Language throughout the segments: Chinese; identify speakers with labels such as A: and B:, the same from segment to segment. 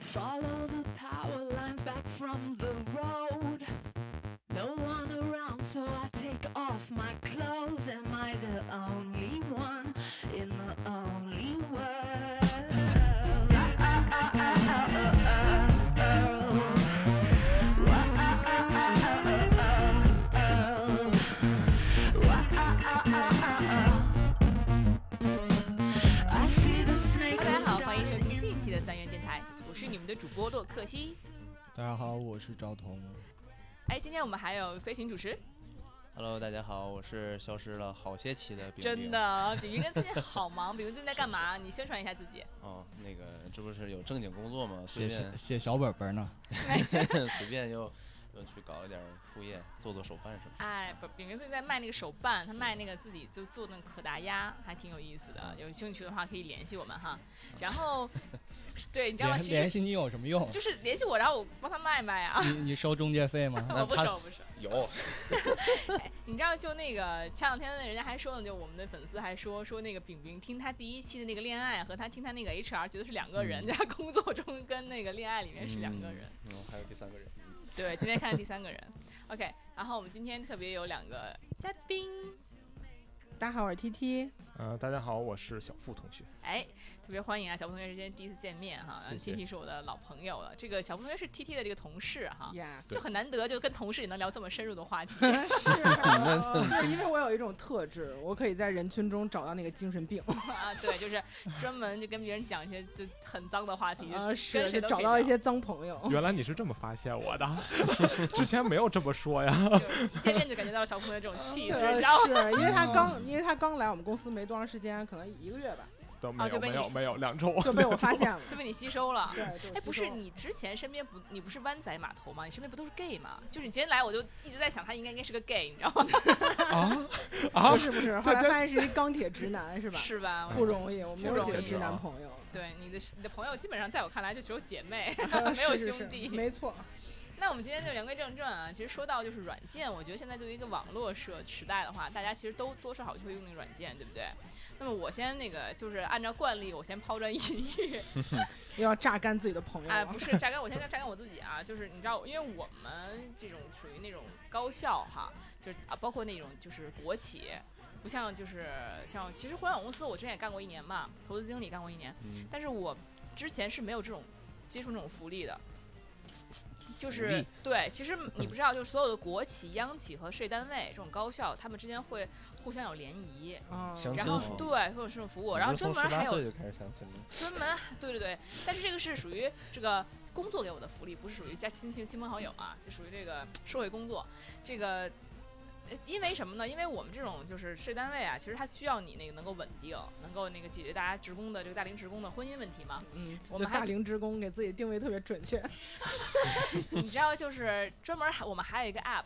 A: Follow the power lines back from the road. No one around, so I take off my clothes. Am I the only one in the only world? I see the snake.
B: 大家好，欢迎
A: down
B: 收
A: in
B: 听新一期的三元电台，我是你们的主播洛克西。
C: 大家好，我是赵彤。
B: 哎，今天我们还有飞行主持，
D: Hello，大家好，我是消失了好些期的饼饼。
B: 真的，炳云哥最近好忙，炳云最近在干嘛？你宣传一下自己。
D: 哦，那个这不是有正经工作吗？随
C: 写
D: 便
C: 写写小本本呢，
D: 随便又又去搞一点副业，做做手办什么。
B: 哎，不，炳云最近在卖那个手办，他卖那个自己就做那个可达鸭，还挺有意思的。
C: 嗯
B: 有兴趣的话可以联系我们哈。然 后，对，你知道吗？
C: 联
B: 其
C: 联
B: 实
C: 系你嗯有什么用？
B: 就是联系我，然后我帮他卖卖啊。
C: 你你收中介费吗？
B: 我不
D: 他
B: 收，我不收。
D: 有，
B: 你知道，就那个前两天人家还说呢，就我们的粉丝还说说那个饼饼听他第一期的那个恋爱和他听他那个 HR 觉得是两个人，
C: 嗯
B: 在他工作中跟那个恋爱里面是两个人。
D: 嗯，还有第三个人，嗯
B: 对，今天看第三个人。OK，然后我们今天特别有两个嘉宾，
E: 大家好，我是 T T。
F: 呃，大家好，我是小付同学。
B: 哎，特别欢迎啊！小付同学之间第一次见面哈
F: 谢谢
B: t T 是我的老朋友了。这个小付同学是 TT 的这个同事哈。
E: 呀，
F: 对
B: 就很难得，就跟同事也能聊这么深入的话题。
E: 是啊，就是因为我有一种特质，我可以在人群中找到那个精神病，
B: 啊，对，就是专门就跟别人讲一些就很脏的话题，
E: 啊，
B: 跟
E: 是
B: 谁都可
E: 就找
B: 以
E: 到一
B: 聊
E: 些脏朋友。
F: 原来你是这么发现我的， 之前没有这么说呀。
B: 就是一见面就感觉到小姑娘这种气质，
E: 对
B: 然后
E: 是因为
F: 嗯
E: 他刚，因为他刚来我们公司没多长时间，可能一个月吧，
F: 都没
B: 哦就
F: 有，
B: 被
F: 没
B: 你
F: 有，没有，两周。
E: 就被我发现 了。
B: 就被你吸收了。
E: 对，
B: 哎
E: 哎，
B: 不是，你之前身边不，你不是湾仔码头吗？你身边不都是 gay 吗？就是你今天来，我就一直在想他应该应该是个 gay，你知道吗？
F: 啊
E: 不是不是，后来
F: 这
E: 发现是一钢铁直男是吧？
B: 是 吧？
E: 不容易，我们
B: 不
E: 有
B: 容
E: 几个
B: 易
E: 直
F: 啊
E: 男朋友，
B: 对你的你的朋友基本上在我看来就只有姐妹， 没
E: 是
B: 有
E: 是是
B: 兄弟。
E: 没错，
B: 那我们今天就言归正传啊，其实说到就是软件，我觉得现在对于一个网络社时代的话，大家其实都多少好就会用那个软件，对不对？那么我先那个就是按照惯例，我先抛砖引玉，
E: 又要榨干自己的朋友
B: 哎，
D: 嗯
E: 了
B: 不。是榨干，我现在榨干我自己啊，就是你知道，因为我们这种属于那种高校哈，就是啊，包括那种就是国企，不像就是像其实互联网公司，我之前也干过一年嘛，投资经理干过一年，
D: 嗯，
B: 但是我之前是没有这种接触这种福利的。就
D: 福
B: 是
D: 利
B: 对，其实你不知道，就是所有的国企、央企和事业单位这种高校，他们之间会互相有联谊，
E: 嗯
D: 相亲
B: 然后
D: 服务
B: 对会有这种服务，然后
D: 你
B: 专
D: 不是从
B: 门
D: 十八
B: 还有啊
D: 岁就开始相亲了，
B: 专门，对对对，但是这个是属于这个工作给我的福利，不是属于加亲戚、亲朋好友啊，是属于这个社会工作。这个，呃因为什么呢？因为我们这种就是事业单位啊，其实它需要你那个能够稳定，能够那个解决大家职工的这个大龄职工的婚姻问题 嘛。
E: 嗯，
B: 我
E: 就
B: 们还
E: 大龄职工给自己定位特别准确，
B: 你知道，就是专门还我们还有一个 app。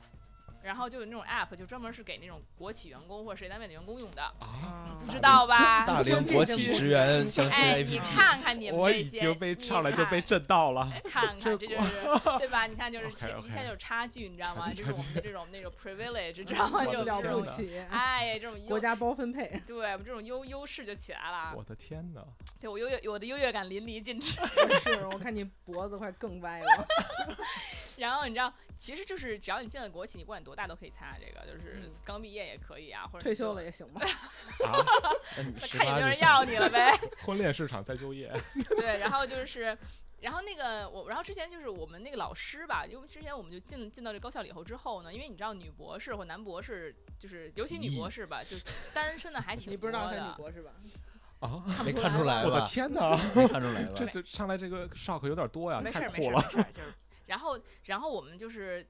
B: 然后就有那种 app，就专门是给那种国企员工或者事业单位的员工用的，
E: 啊
B: 不知道吧？
D: 大龄国企职员相亲
B: 哎，你
D: APP，
B: 看看你们
F: 我
B: 这
F: 已
B: 些，
F: 经被
B: 你
F: 上来就被
B: 看
F: 震到了。
B: 看看，这就是对吧？你看，就是
F: OK，OK
B: 一下就是差距，你知道吗？
F: 差
B: 这
F: 距
B: 是我们的这种那种 privilege，知道吗？
F: 我
B: 这
F: 的
B: 种这
E: 了
F: 天
E: 不
B: 种，
F: 哪
E: 起。
B: 哎呀，这种优
E: 国家包 分配，
B: 对我们这种优优势就起来了
F: 我。的天哪！
B: 对我优越，我的优越感淋漓尽 致。
E: 是我看你脖子快更 歪了。
B: 然后你知道，其实就是只要你进了国企，你不管多大都可以参加这个，就是
F: 嗯
B: 刚毕业也可以啊，或者
E: 退休了。也行吧？
F: 啊，
D: 那你
B: 那
D: 十
B: 看有
D: 八
B: 没有
D: 就
B: 人
D: 相
B: 要你了呗？
F: 婚恋市场再就业，
B: 对，然后就是，然后那个我，然后之前就是我们那个老师吧，因为之前我们就进进到这高校里以后之后呢，因为你知道女博士或男博士，就是尤其女博士吧，就单身的还挺
E: 你不知道
B: 多
E: 他是
B: 的
E: 女 博士吧？
D: 没看出来
F: 啊我的
D: 吧？
F: 天哪！
D: 没看出来吧
F: 这？次上来这个 shock 有点多
D: 啊
F: 呀，
B: 没事
F: 太
B: 儿，没事
F: 酷
B: 儿，
F: 了。
B: 没事儿，就是。然后，然后我们就是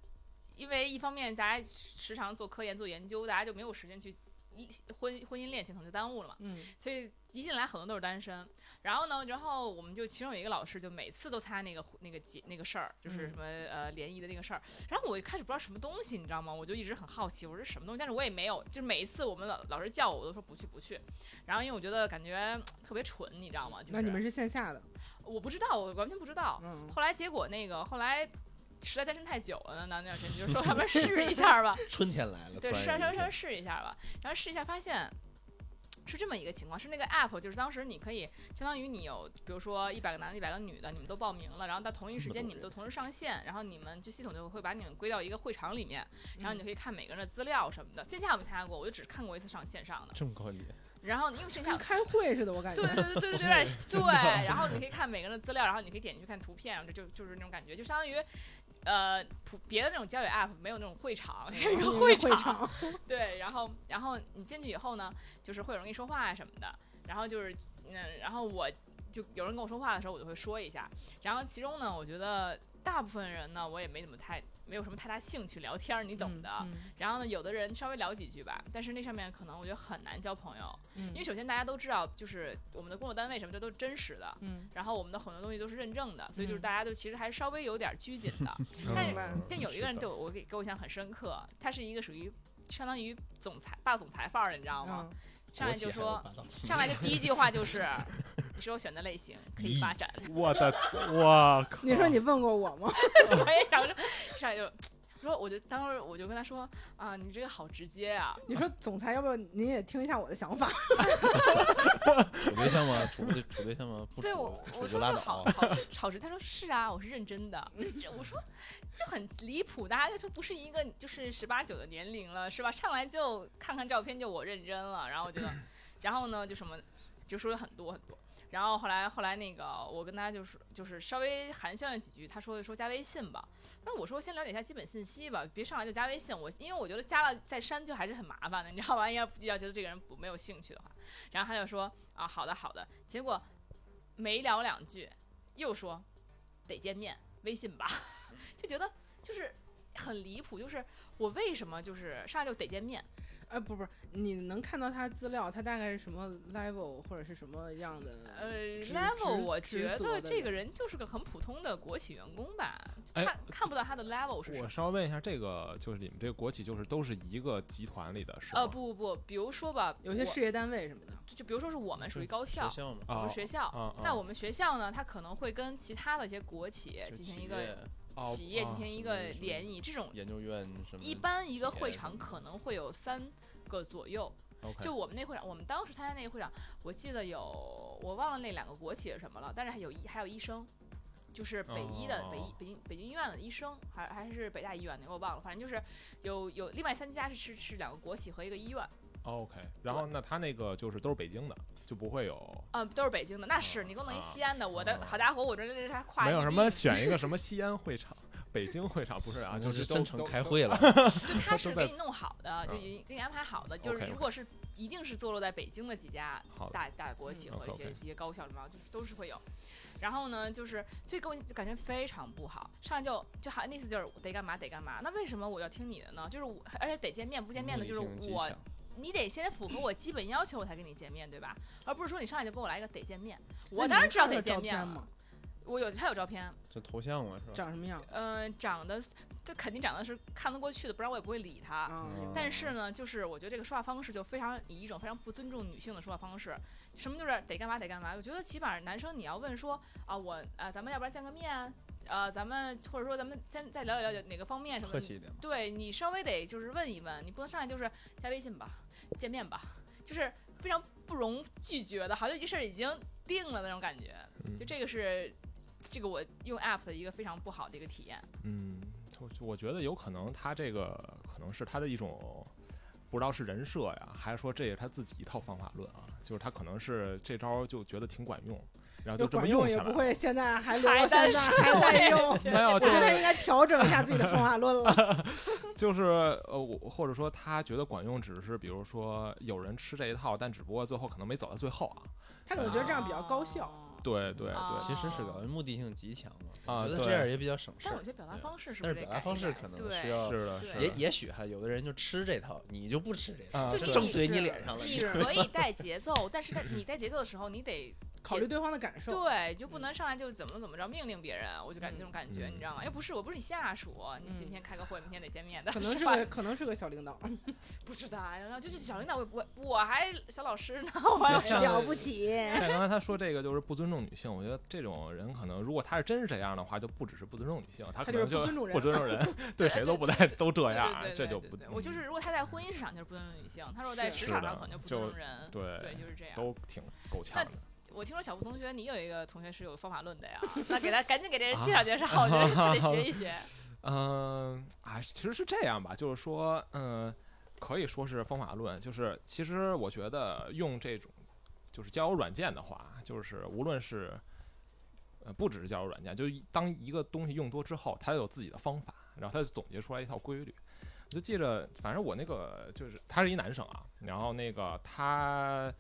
B: 因为一方面大家时常做科研、做研究，大家就没有时间去一婚婚姻恋情，可能就耽误了嘛。
E: 嗯，
B: 所以一进来很多都是单身。然后呢，然后我们就其中有一个老师就每次都参加那个那个节那个事儿，就是
E: 嗯
B: 什么、呃联谊的那个事儿。然后我就开始不知道什么东西，你知道吗？我就一直很好奇，我说什么东西，但是我也没有，就是每一次我们老老师叫我，我都说不去不去。然后因为我觉得感觉嗯特别蠢，你知道吗？就是、哦
E: 那你们是线下的，
B: 我不知道，我完全不知道。
E: 嗯，
B: 后来结果那个后来。实在单身太久了，那那段时间你就说 他们试一下吧，
D: 春天来了，
B: 对，
D: 突
B: 稍
D: 然
B: 稍
D: 一
B: 稍
D: 下
B: 试一下吧，然后试一下发现，是这么一个情况，是那个 app，就是当时你可以相当于你有，比如说一百个男的，一百个女的，你们都报名了，然后到同一时间你们都同时上线，然后你们就系统就会把你们归到一个会场里面，
D: 嗯
B: 然后你就可以看每个人的资料什么的。线下我没参加过，我就只看过一次上线上的。
D: 这么高级，
B: 然后因为线下
E: 跟开会似的，我感觉
B: 对。对对对对对对，然后你可以看每个人的资料，然后你可以点进去看图片，然后这就就是那种感觉，就相当于。呃，普别的那种交友 app 没有那种会场， 有一个
E: 哦会
B: 场，对，然后然后你进去以后呢，就是会有人跟你说话啊什么的，然后就是嗯，然后我就有人跟我说话的时候，我就会说一下，然后其中呢，我觉得大部分人呢，我也没怎么太没有什么太大兴趣聊天儿，你懂的。
E: 嗯，
B: 然后呢，有的人稍微聊几句吧，但是那上面可能我觉得很难交朋友，
E: 嗯
B: 因为首先大家都知道，就是我们的工作单位什么的都是真实的，
E: 嗯，
B: 然后我们的很多东西都是认证的，所以就是
E: 嗯
B: 大家都其实还稍微有点拘谨的。但
E: 明白了
B: 但有一个人对我我给给我印象很深刻，他是一个属于相当于总裁霸总裁范儿的，你知道吗？
E: 嗯
B: 上来就说，上来就第一句话就是， 你是我选的类型，可以发展。
F: 我的，我靠！
E: 你说你问过我吗？
B: 我也想说，上来就。说，我就当时我就跟他说啊，你这个好直接啊，
E: 你说总裁，要不要您也听一下我的 想法？
D: 处对象吗？处对处对象吗？不
B: 对
D: 处
B: 我
D: 不
B: 我
D: 处就
B: 说
D: 拉
B: 这
D: 倒
B: 好
D: 啊。
B: 好直好直，他说是啊，我是认真的。嗯这我说就很离谱，大家就说不是一个就是十八九的年龄了，是吧？上来就看看照片就我认真了，然后我 觉得，然后呢就什么就说了很多很多。然后后来后来那个我跟他就是就是稍微寒暄了几句，他说说加微信吧，那我说先了解一下基本信息吧，别上来就加微信。我因为我觉得加了再删就还是很麻烦的，你知道吧？要 要觉得这个人不没有兴趣的话，然后他就说啊好的好的，结果没聊两句，又说得见面，微信 吧， 就觉得就是很离谱，就是我为什么就是上来就得见面？
E: 哎，不不，你能看到他资料，他大概是什么 level 或者是什么样的？
B: 呃
E: 直
B: ，level
E: 直
B: 我
E: 直
B: 觉
E: 做
B: 得
E: 的
B: 这
E: 人
B: 个人就是个很普通的国企员工吧，
F: 哎
B: 看看不到他的 level 是什
F: 我
B: 么。
F: 稍微问一下，这个就是你们这个国企，就是都是一个集团里的，是吗？
B: 呃，不不不，比如说吧，
E: 有些
B: 我
E: 事业单位什么的。
B: 就比如说是我们属于
D: 嗯
B: 高校，
D: 学校吗？
B: 我
F: 啊，
B: 们学校。
F: 啊，
B: 那我们学校呢，它可能会跟其他的一些国企
D: 就
B: 进行
D: 企
B: 一个
D: 业
F: 哦
B: 企业进
F: 啊
B: 行一
D: 什么
B: 个
D: 什么
B: 联谊，这种
D: 研究院什
C: 嗯
D: 么？
B: 一般一个会
D: 也
B: 场可能会有三个左右。
D: OK
B: 就我们那会场，我们当时参加那个会场，我记得有我忘了那两个国企是什么了，但是还有医还有医生，就是北医的、北医
F: 哦
B: 北京北京医院的医生，还还是北大医院的，我忘了，反正就是有有另外三家是是是两个国企和一个医院，
F: OK，然后那他那个就是都是北京的，就不会有
B: 嗯、都是北京的。那是你给我弄一
F: 啊
B: 西安的，我的
D: 啊
B: 好家伙，我这这这还跨
F: 没有
B: 一
F: 什
B: 地
F: 么选一 个什么西安会场、北京会场，不是啊，就是是
D: 嗯真
F: 都
D: 诚
F: 都
D: 开
F: 都
D: 会了。
B: 就他
F: 都
B: 是
F: 在
B: 给你弄好的，就
F: 嗯
B: 已经给你安排好的，就是
F: OK，OK
B: 如果是一定是坐落在北京的几家
F: 好的
B: 大大国企
F: 嗯
B: 和一些
F: OK，OK
B: 一些高校什么，就是都是会有。然后呢，就是所以给我就感觉非常不好，上来就就好那次就是得干嘛得干嘛，那为什么我要听你的呢？就是我而且得见面不见面的，
D: 目的
B: 就是
D: 性极
B: 我
D: 强
B: 你得先符合我基本要求我才跟你见面对吧？而不是说你上来就跟我来一个得见面，
E: 那
B: 我
E: 你
B: 当然
E: 能
B: 知道
E: 看
B: 得
E: 到照
B: 见面
E: 片
B: 了
E: 吗，？
B: 我有他有照片，
D: 这头像嘛是吧？
E: 长什么样
B: 嗯、长得这肯定长得是看得过去的，不然我也不会理他。
E: 啊？明白
B: 但是呢，就是我觉得这个说话方式就非常以一种非常不尊重女性的说话方式，什么就是得干嘛得干嘛。我觉得起码男生你要问说啊，我啊，咱们要不然见个面，呃，咱们或者说咱们先再了解了解哪个方面什么
D: 客
B: 的。
D: 气一点嘛。
B: 对你稍微得就是问一问，你不能上来就是加微信吧，见面吧，就是非常不容拒绝的，好像这事儿已经定了那种感觉。
D: 嗯
B: 就这个是这个我用 app 的一个非常不好的一个体验。
F: 嗯，我我觉得有可能他这个可能是他的一种，不知道是人设呀，还是说这也是他自己一套方法论啊，就是他可能是这招就觉得挺管用，然后就
E: 就
F: 这
E: 管
F: 么用
E: 也
F: 下
E: 不
F: 来。
E: 会，现在还留
B: 还
E: 到
B: 在
E: 现在还在用。
F: 没有，
E: 我
F: 这
E: 觉
F: 个
E: 得应该调整一下自己的 方法论了。
F: 就是呃，我或者说他觉得管用，只是比如说有人吃这一套，但只不过最后可能没走到最后啊。
E: 他可能觉得这样比较
G: 啊
E: 高效。
B: 哦
F: 对对
B: 啊
F: 对，
D: 其实是个目的性极强嘛，
F: 啊
D: 我觉得
F: 对
D: 这样也比较省事
B: 但我
D: 儿
B: 觉。得表达
D: 对
B: 方式是不
D: 但
B: 是
D: 是
B: 得
D: 表达
B: 改一
D: 方式
B: 改
D: 可能
B: 对
D: 需要，
F: 是的，
B: 对
F: 是的
D: 也也许哈，有的人就吃这套，你就不吃这套，
F: 啊
B: 就
D: 这
B: 你
D: 正
B: 是
D: 怼你脸上了。
B: 你可以带节奏，但是在你带节奏的时候，你得
E: 考虑对方的感受。
B: 对，就不
E: 嗯
B: 能上来就怎么怎么着命令别人，我就感觉那种感觉，
F: 嗯
B: 你知道吗？又哎不是我不是你下属，你今
E: 嗯
B: 天开个会，明天得见面的，
E: 可能是
B: 吧
E: 个可能是个小领导，
B: 不知道，然后就是小领导，我我我还小老师呢， 我还
F: 像
G: 了不起，
F: 像刚才他说这个就是不尊重女性，我觉得这种人可能如果他是真是这样的话，就不只是不尊重女性，他
E: 他就
F: 可
E: 是
F: 能
E: 不
F: 就
E: 尊重人
F: 不尊重人，对谁都不
B: 对
F: 带
B: 对
F: 都这
B: 对
F: 样
B: 对，
F: 这
B: 对
F: 就
B: 对
F: 不
B: 对我就是如果他在婚姻市场就是不尊重女性，他说在
E: 是
B: 职
F: 是
B: 场
F: 的
B: 上可能就不尊
F: 就
B: 重人，
F: 对
B: 就是这样。
F: 都挺够呛的。
B: 我听说小付同学你有一个同学是有方法论的呀，那给他赶紧给这人介绍介绍，我觉得他得学一 学。
F: 嗯，啊，其实是这样吧，就是说，嗯，可以说是方法论，就是其实我觉得用这种就是交友软件的话，就是无论是呃不只是交友软件，就是一当一个东西用多之后，它有自己的方法，然后它就总结出来一套规律。我就记着，反正我那个就是他是一男生啊，然后那个他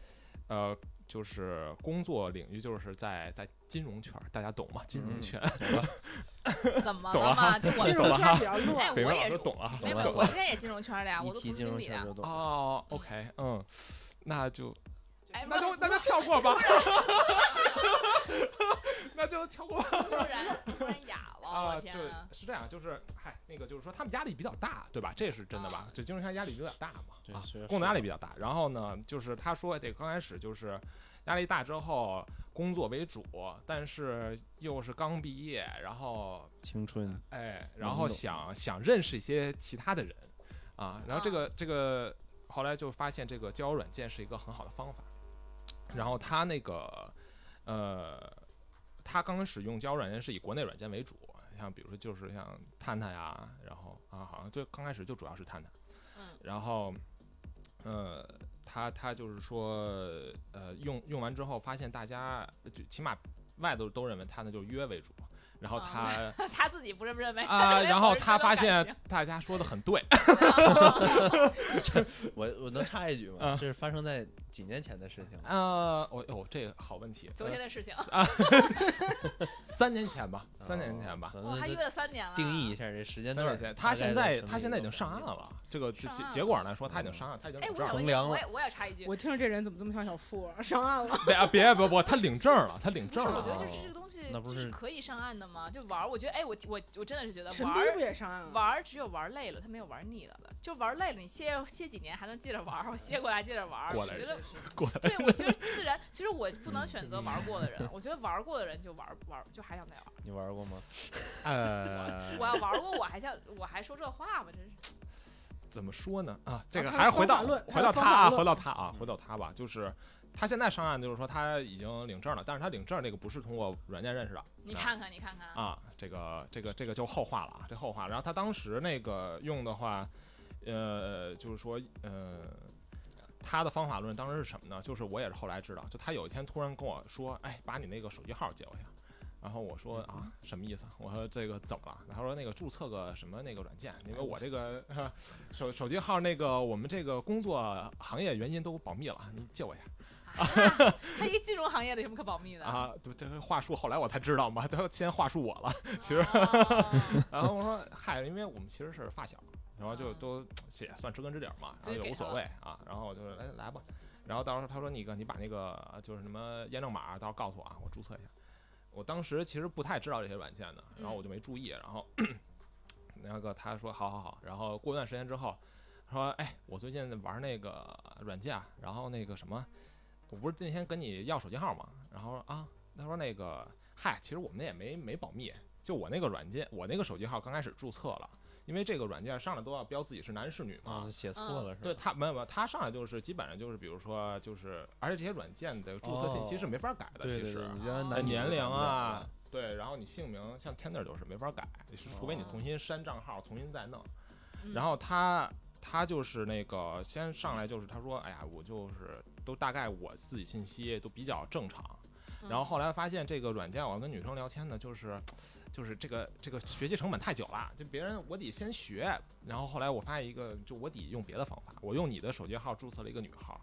F: 呃就是工作领域就是在在金融圈儿，大家懂吗？金融
D: 嗯
B: 啊
F: 圈，
B: 怎么
F: 懂了
B: 了嘛？就我
E: 进入
F: 懂了
E: 圈儿 比较
B: 哎，
E: 乱。
F: 北
B: 我
F: 美老
B: 也
F: 师
B: 是，
F: 懂啊，
B: 没有没
F: 懂
B: 有，
F: 啊
B: 我现在也金融圈儿的呀，我
D: 一
B: 都
D: 提
B: 同
D: 金
B: 经
D: 融
B: 理
D: 圈
B: 的
D: 就。懂。
F: 哦
B: 嗯
F: ，OK，嗯，那就
B: 哎，
F: 那 就那就跳过吧， 那就跳过吧。
B: 突然 突然哑了，
F: 啊，
B: 我
F: 对
B: 天啊，！
F: 是这样，啊就是嗨，那个就是说他们压力比较大，对吧？这是真的
B: 啊？
F: 吧就金融圈压力有点大嘛，
D: 对
F: 啊
D: 是，
F: 工作
D: 是
F: 压
D: 的
F: 力比较大。然后呢，就是他说这个刚开始就是压力大之后工作为主，但是又是刚毕业，然后
D: 青春，
F: 哎，然
D: 懵
F: 后
D: 懂
F: 想想认识一些其他的人啊，然后这个这个后来就发现这个交友软件是一个很好的方法，然后他那个呃，他刚开始用交友软件是以国内软件为主，像比如说就是像探探呀，然后啊好像最刚开始就主要是探探，
B: 嗯
F: 然后呃。他他就是说，呃，用用完之后发现大家就起码外头都认为探探就是约为主，然后
B: 啊
F: 他、
B: 他自己不认不认为，
F: 啊、然后他发现 大家说的很对，
D: 我我能插一句吗？
F: 嗯
D: 这是发生在几年前的事情，
F: 呃，哦哦，这个好问题，
B: 昨天的事
F: 呃
B: 情，
F: 三年前吧，
D: 哦
F: 三年前吧，
D: 咱
B: 我还
D: 们
B: 约了三年了，
D: 定义一。下这时间
F: 三
D: 段
F: 年
D: 儿。
F: 前，
D: 哦大
F: 他
D: 概在
F: 现在
D: 什么
F: 他现在
D: 一
F: 已经
D: 个
F: 上岸
D: 感觉。
F: 了吧？这个结
B: 上
F: 结
B: 岸
F: 结果来说，他已经上岸，他已经
B: 哎，
F: 领
B: 我
F: 证
B: 想
F: 了。
B: 问
D: 从
B: 一下，
D: 良
B: 我
D: 了
B: 也我也插一句，
E: 我听着这人怎么这么像小富啊？
G: 上岸了。
F: 别啊别别不，他领证了，他领
B: 不是，
F: 证
B: 我觉得
F: 了。啊
B: 就是这个东西，
D: 那不
B: 就是可以上岸的吗？就玩儿，我觉得，哎，我我我真的是觉得
E: 陈
B: 玩
E: 斌不
B: 儿
E: 也上岸了？
B: 玩儿只有玩儿累了，他没有玩儿腻了的，就玩儿累了，你歇歇几年还能接着玩 儿，我歇过来接着玩儿，
F: 过
B: 我
F: 来
B: 觉
F: 人
B: 得
F: 过来
B: 对，我觉得自 然。其实我不能选
F: 嗯
B: 择玩儿过的人，我觉得玩儿过的人就玩儿玩儿，就还想再玩儿。
D: 你玩过吗？
F: 呃
B: 我，要玩儿过，我还想我还说这话吗？真是
F: 怎么说呢？啊，这个
E: 他
F: 还是
E: 有
F: 回到
E: 方法论
F: 回
E: 他
F: 到
E: 有
F: 他
E: 方
F: 啊，
E: 法论
F: 回到他啊，回到他吧，就是。他现在上岸就是说他已经领证了，但是他领证这个不是通过软件认识的，
B: 你
F: 啊
B: 看看，你看看，
F: 啊，这个这个这个就后话了啊，这后话。然后他当时那个用的话，呃，就是说，呃，他的方法论当时是什么呢？就是我也是后来知道，就他有一天突然跟我说，哎，把你那个手机号借我一下。然后我说啊，什么意思啊？我说这个怎么了？他说那个注册个什么那个软件，因为我这个、呃手手机号那个我们这个工作行业原因都保密了，你借我一下。
B: 啊 他一个金融行业的有什么可保密的？
F: 啊，对，这个话术后来我才知道嘛，他先话术我了。其实
B: 哦
F: 然后我说嗨，因为我们其实是发小，然后就
B: 嗯
F: 都也算知根知底儿嘛，然
B: 所以
F: 后
B: 给
F: 也无
B: 他
F: 所
B: 了
F: 谓啊。然后我就说来来吧，然后到时候他说你个你把那个呃就是什么验证码到时候告诉我啊，我注册一下。我当时其实不太知道这些软件的，然后我就
B: 嗯
F: 没注意。然后那个他说好好好，然后过一段时间之后说哎，我最近玩那个软件啊，然后那个什么，我不是那天跟你要手机号嘛，然后啊，他说那个嗨，其实我们那也没没保密，就我那个软件，我那个手机号刚开始注册了，因为这个软件上来都要标自己是男是女嘛
D: 啊，。写错了是吧？
F: 对他没有没有，他上来就是基本上就是，比如说就是，而且这些软件的注册信息是没法改的，
D: 哦对
F: 其
D: 对
F: 实
D: 对，你原来
B: 呃
F: 呃
D: 男女
F: 年
D: 都
F: 龄
D: 改不了
F: 啊
D: 的，
F: 对，然后你姓名，像 Tinder 就是没法改，是除非你
B: 哦
F: 重新删账号，重新再弄。
B: 嗯
F: 然后他他就是那个先上来就是他说，哎呀，我就是都大概我自己信息都比较正常。
B: 嗯
F: 然 后后来发现这个软件，我跟女生聊天呢，就是，就是这个这个学习成本太久了，就别人我得先学，然后后来我发现一个，就我得用别的方法，我用你的手机号注册了一个女号，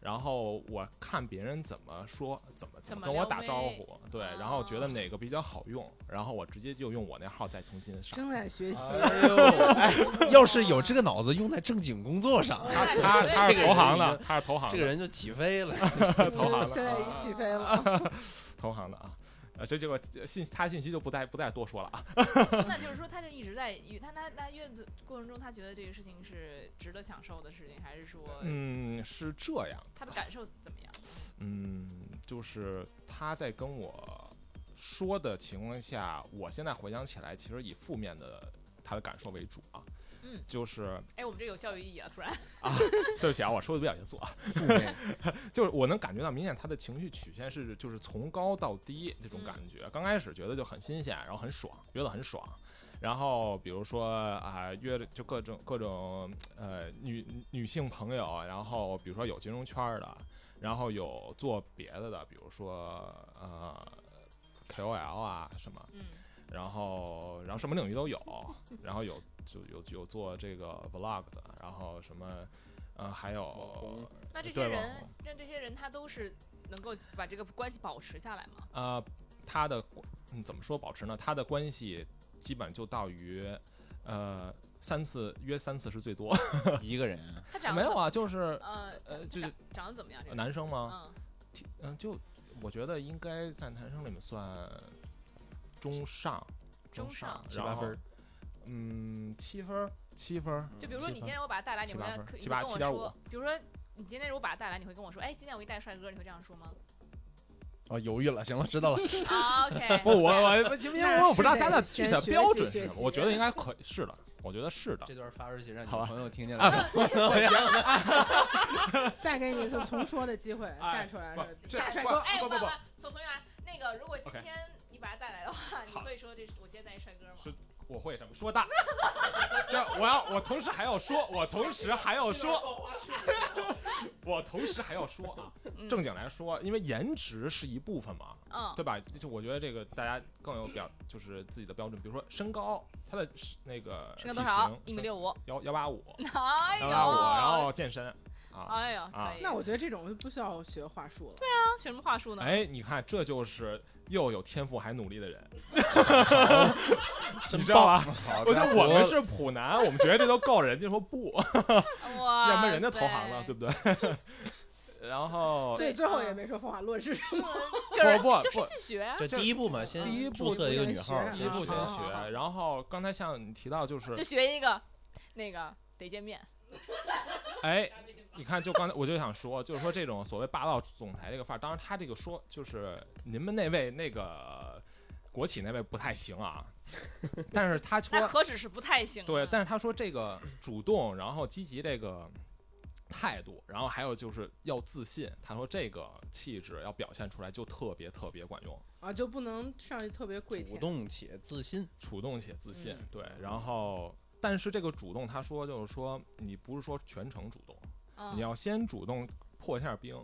F: 然后我看别人怎么说，怎么
B: 怎么
F: 跟我
B: 撩
F: 打招
B: 妹
F: 呼，对，然后觉得哪个比较好用，然后我直接就用我那号再重新 上。
E: 正在学习，
D: 哎呦，哎，要是有这个脑子用在正经工作上，
F: 他他他
D: 这
F: 是
D: 个
F: 投
D: 人
F: 行的
D: 已，
F: 他是投行的，
D: 这个人就起飞了。
F: 投行啊
E: 现
F: 的，
E: 在已经起飞了。
F: 投行的啊。呃，这这个呃信他信息就不再不再多说了啊。
B: 那就是说，他就一直在与他他他阅读过程中，他觉得这个事情是值得享受的事情，还是说
F: 嗯，是这样。
B: 他的感受怎么样？
F: 嗯，就是他在跟我说的情况下，我现在回想起来，其实以负面的他的感受为主啊。
B: 嗯
F: 就是
B: 哎，我们这有教育意义啊！突然，
F: 对不起啊，我说的不小心错啊，
D: 负面
F: 就是我能感觉到明显他的情绪曲线是就是从高到低这种感觉。刚开始觉得就很新鲜，然后很爽，约的很爽。然后比如说啊、约着就各种各种呃女女性朋友，然后比如说有金融圈儿的，然后有做别的的，比如说呃 KOL 啊什么，
B: 嗯，
F: 然后然后什么领域都有，然后有就有有做这个 vlog 的，然后什么呃还有
B: 那这
F: 对
B: 些
F: 吧
B: 人，那这些人他都是能够把这个关系保持下来吗？
F: 呃他的嗯怎么说保持呢？他的关系基本就到于呃三次约三次是最多，
D: 一个人
B: 他长得
F: 没有
B: 怎么，
F: 啊，就是
B: 呃
F: 呃
B: 他
F: 就是
B: 长长得怎么样？这个人，
F: 男生吗？
B: 嗯，
F: 挺嗯、就我觉得应该在男生里面算中上。
B: 中上
F: 上，
D: 七
F: 然
D: 八
F: 后
D: 分儿，
F: 嗯，七分儿，七分儿，
B: 就比如说
F: 七
B: 你
F: 分
B: 今天我把他带来，你
F: 七
B: 会
F: 八
B: 跟
F: 分
B: 可你
F: 七
B: 会
F: 八
B: 跟我
F: 7.5
B: 说，比如说你今天如果把他带来，你会跟我说，哎，今天我给你带帅哥，你会这样说吗
D: 哦，犹豫了，行了，知道了，
B: 啊？OK，
F: 不， 哦我我因为啊我不知道他的
E: 那是得
F: 具
E: 先学
F: 体的标
E: 习
F: 准
E: 学
F: 是什么，
E: 习
F: 我觉得应该可是的，我觉得是的。
D: 这段发出去让你
F: 好吧
D: 朋友听见
F: 啊
D: 了，
E: 再给你一次重说的机 会，带出来
F: 哎不
E: 是
F: 这
E: 大帅
F: 不
E: 哥，
B: 哎，
F: 啊不
B: 我
F: 不
B: 爸
F: 不
B: 爸，从从原来那个，如果今
F: OK
B: 天你把他带来的话，你
F: 好
B: 会说这是我今天带一帅哥吗？
F: 是我会什么说大， 这我要我同时还要说，我同时还要说， 我同时还要说啊，
B: 嗯
F: 正经来说，因为颜值是一部分嘛，
B: 嗯，
F: 对吧？就我觉得这个大家更有表，就是自己的标准，比如说身高，他的是那个
B: 身高多少？
F: 体
B: 一
F: 型
B: 米，六 五。
F: 身幺幺八五，
B: 哎呦，
F: 幺八五，然后健身啊，
B: 哎呦，
F: 啊
B: 可以。
E: 那我觉得这种就不需要学话术了。对啊，
B: 学什么话术呢？
F: 哎，你看，这就是又有天赋还努力的人。
D: 真
F: 你知道
D: 棒
F: 吧？
D: 好
F: 我
D: 家
F: 觉得
D: 伙
F: 我们是普南，我们觉得这都够了，人家 说不，
B: 啊哇塞，
F: 要不然人家投行了，对不对？ 然后
E: 所以最
B: 啊
E: 后也没说风华落日。
B: 就是
F: 不不
B: 就是
F: 不
B: 去学。
C: 这第一步嘛，先
F: 第一
C: 注
F: 步
C: 册一个女
E: 先
C: 号儿，
E: 学
F: 第一步先
B: 啊
F: 学，然后刚才像你提到就是
B: 就，学一个，那个得见面。
F: 哎，你看，就刚才我就想说，就是说这种所谓霸道总裁这个范儿，当然他这个说就是您们那位那个国企那位不太行啊，但是他说
B: 那何止是不太行啊？
F: 对，但是他说这个主动，然后积极这个态度，然后还有就是要自信。他说这个气质要表现出来就特别特别管用，
E: 啊，就不能上去特别跪
D: 主
E: 舔。
D: 动且自信，
F: 主动且自信。
B: 嗯
F: 对，然后但是这个主动，他说就是说你不是说全程主动，
B: 嗯
F: 你要先主动破一下冰，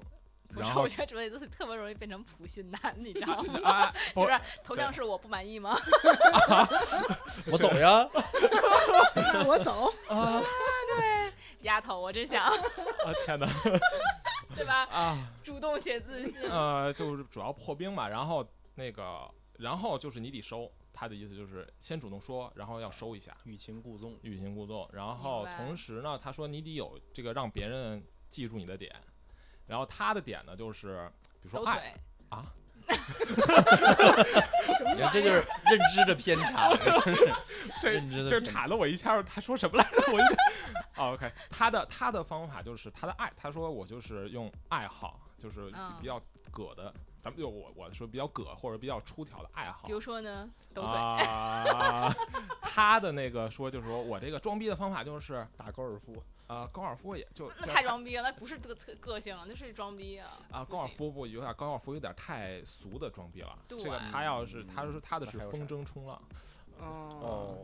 B: 不
F: 然
B: 是，
F: 后
B: 我觉得主播都是特别容易变成普信男，你知道吗？
F: 啊，不
B: 就是头像是我不满意吗？
D: 我走呀，
E: 我 走，
F: 啊
B: 丫头，我真想，
F: 啊天哪
B: 对吧？
F: 啊！
B: 主动且自信。
F: 呃，就是主要破冰嘛，然后那个，然后就是你得收。他的意思就是先主动说，然后要收一下，
D: 欲擒故纵，
F: 欲擒故纵。然后
B: 白
F: 同时呢，他说你得有这个让别人记住你的点。然后他的点呢，就是比如
B: 抖
F: 说爱
B: 腿，
D: 你看这就是认知的偏差， 真是
F: 这
D: 认知的
F: 这
D: 偏差
F: 铲了我一下，他说什么来着？我就哦 OK，他的他的方法就是他的爱，他说我就是用爱好，就是
B: 嗯
F: 比较葛的，咱们就我我说比较葛或者比较出挑的爱好
B: 比如。说呢，抖腿。
F: 啊，他的那个说就是说我这个装逼的方法就是
D: 打高尔夫，
F: 呃高尔夫也就
B: 那
F: 就
B: 太装逼了，那不是个特个性了，那是装逼啊！
F: 啊，
B: 不
F: 高尔
B: 行
F: 夫不有点高尔夫有点太俗的装逼了。
B: 对啊
F: 这个他要是他说他的是
D: 嗯那还有
F: 风筝冲浪，
E: 哦，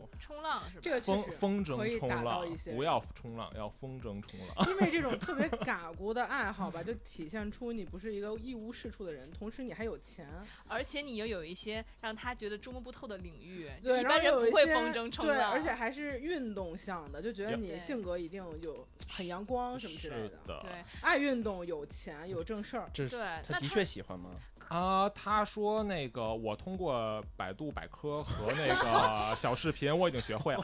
D: 哦，
B: 冲浪是吧？
E: 这个确
F: 风
E: 实，
F: 风
E: 可
F: 筝
E: 以
F: 冲
E: 打到
F: 浪
E: 一些，
F: 不要冲浪，要风筝冲浪。
E: 因 为这种特别嘎咕的爱好吧，就体现出你不是一个一无是处的人，同时你还有钱。
B: 而且你又有一些让他觉得捉摸不透的领域，就
E: 对，
B: 一
E: 然后
B: 般人
E: 有一
B: 不会
E: 些
B: 风筝冲
E: 对，
B: 浪，
E: 而且还是运动向的，就觉得
F: 有
E: 你
B: 对
E: 性格一定有很阳光什么之类
F: 是
E: 的，
F: 的
B: 对
E: 爱运动、有钱、有正事儿。
D: 这
B: 对
D: 是，
B: 那
D: 他的确喜欢吗？
F: 啊，他说那个我通过百度百科和那个小视频，我已经学会了。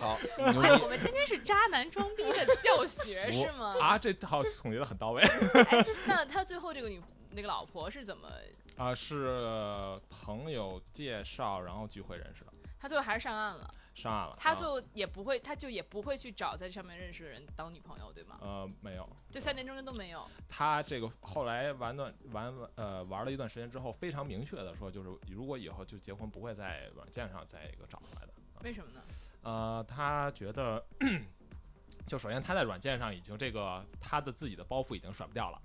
D: 好，
B: 他哎，我们今天是渣男装逼的教学是吗？
F: 啊，这好总结的很到位
B: 哎，那他最后这个女那个老婆是怎么？
F: 啊，是朋友介绍，然后聚会认识的，
B: 他最后还是上岸了，
F: 上岸了。
B: 他
F: 啊
B: 最后也不会，他就也不会去找在上面认识的人当女朋友，对吗？
F: 呃没有，
B: 就三年中间都没有。
F: 他这个后来玩段玩呃玩了一段时间之后，非常明确的说，就是如果以后就结婚，不会在软件上再一个找回来的。啊
B: 为什么呢？
F: 呃，他觉得，就首先他在软件上已经这个他的自己的包袱已经甩不掉了，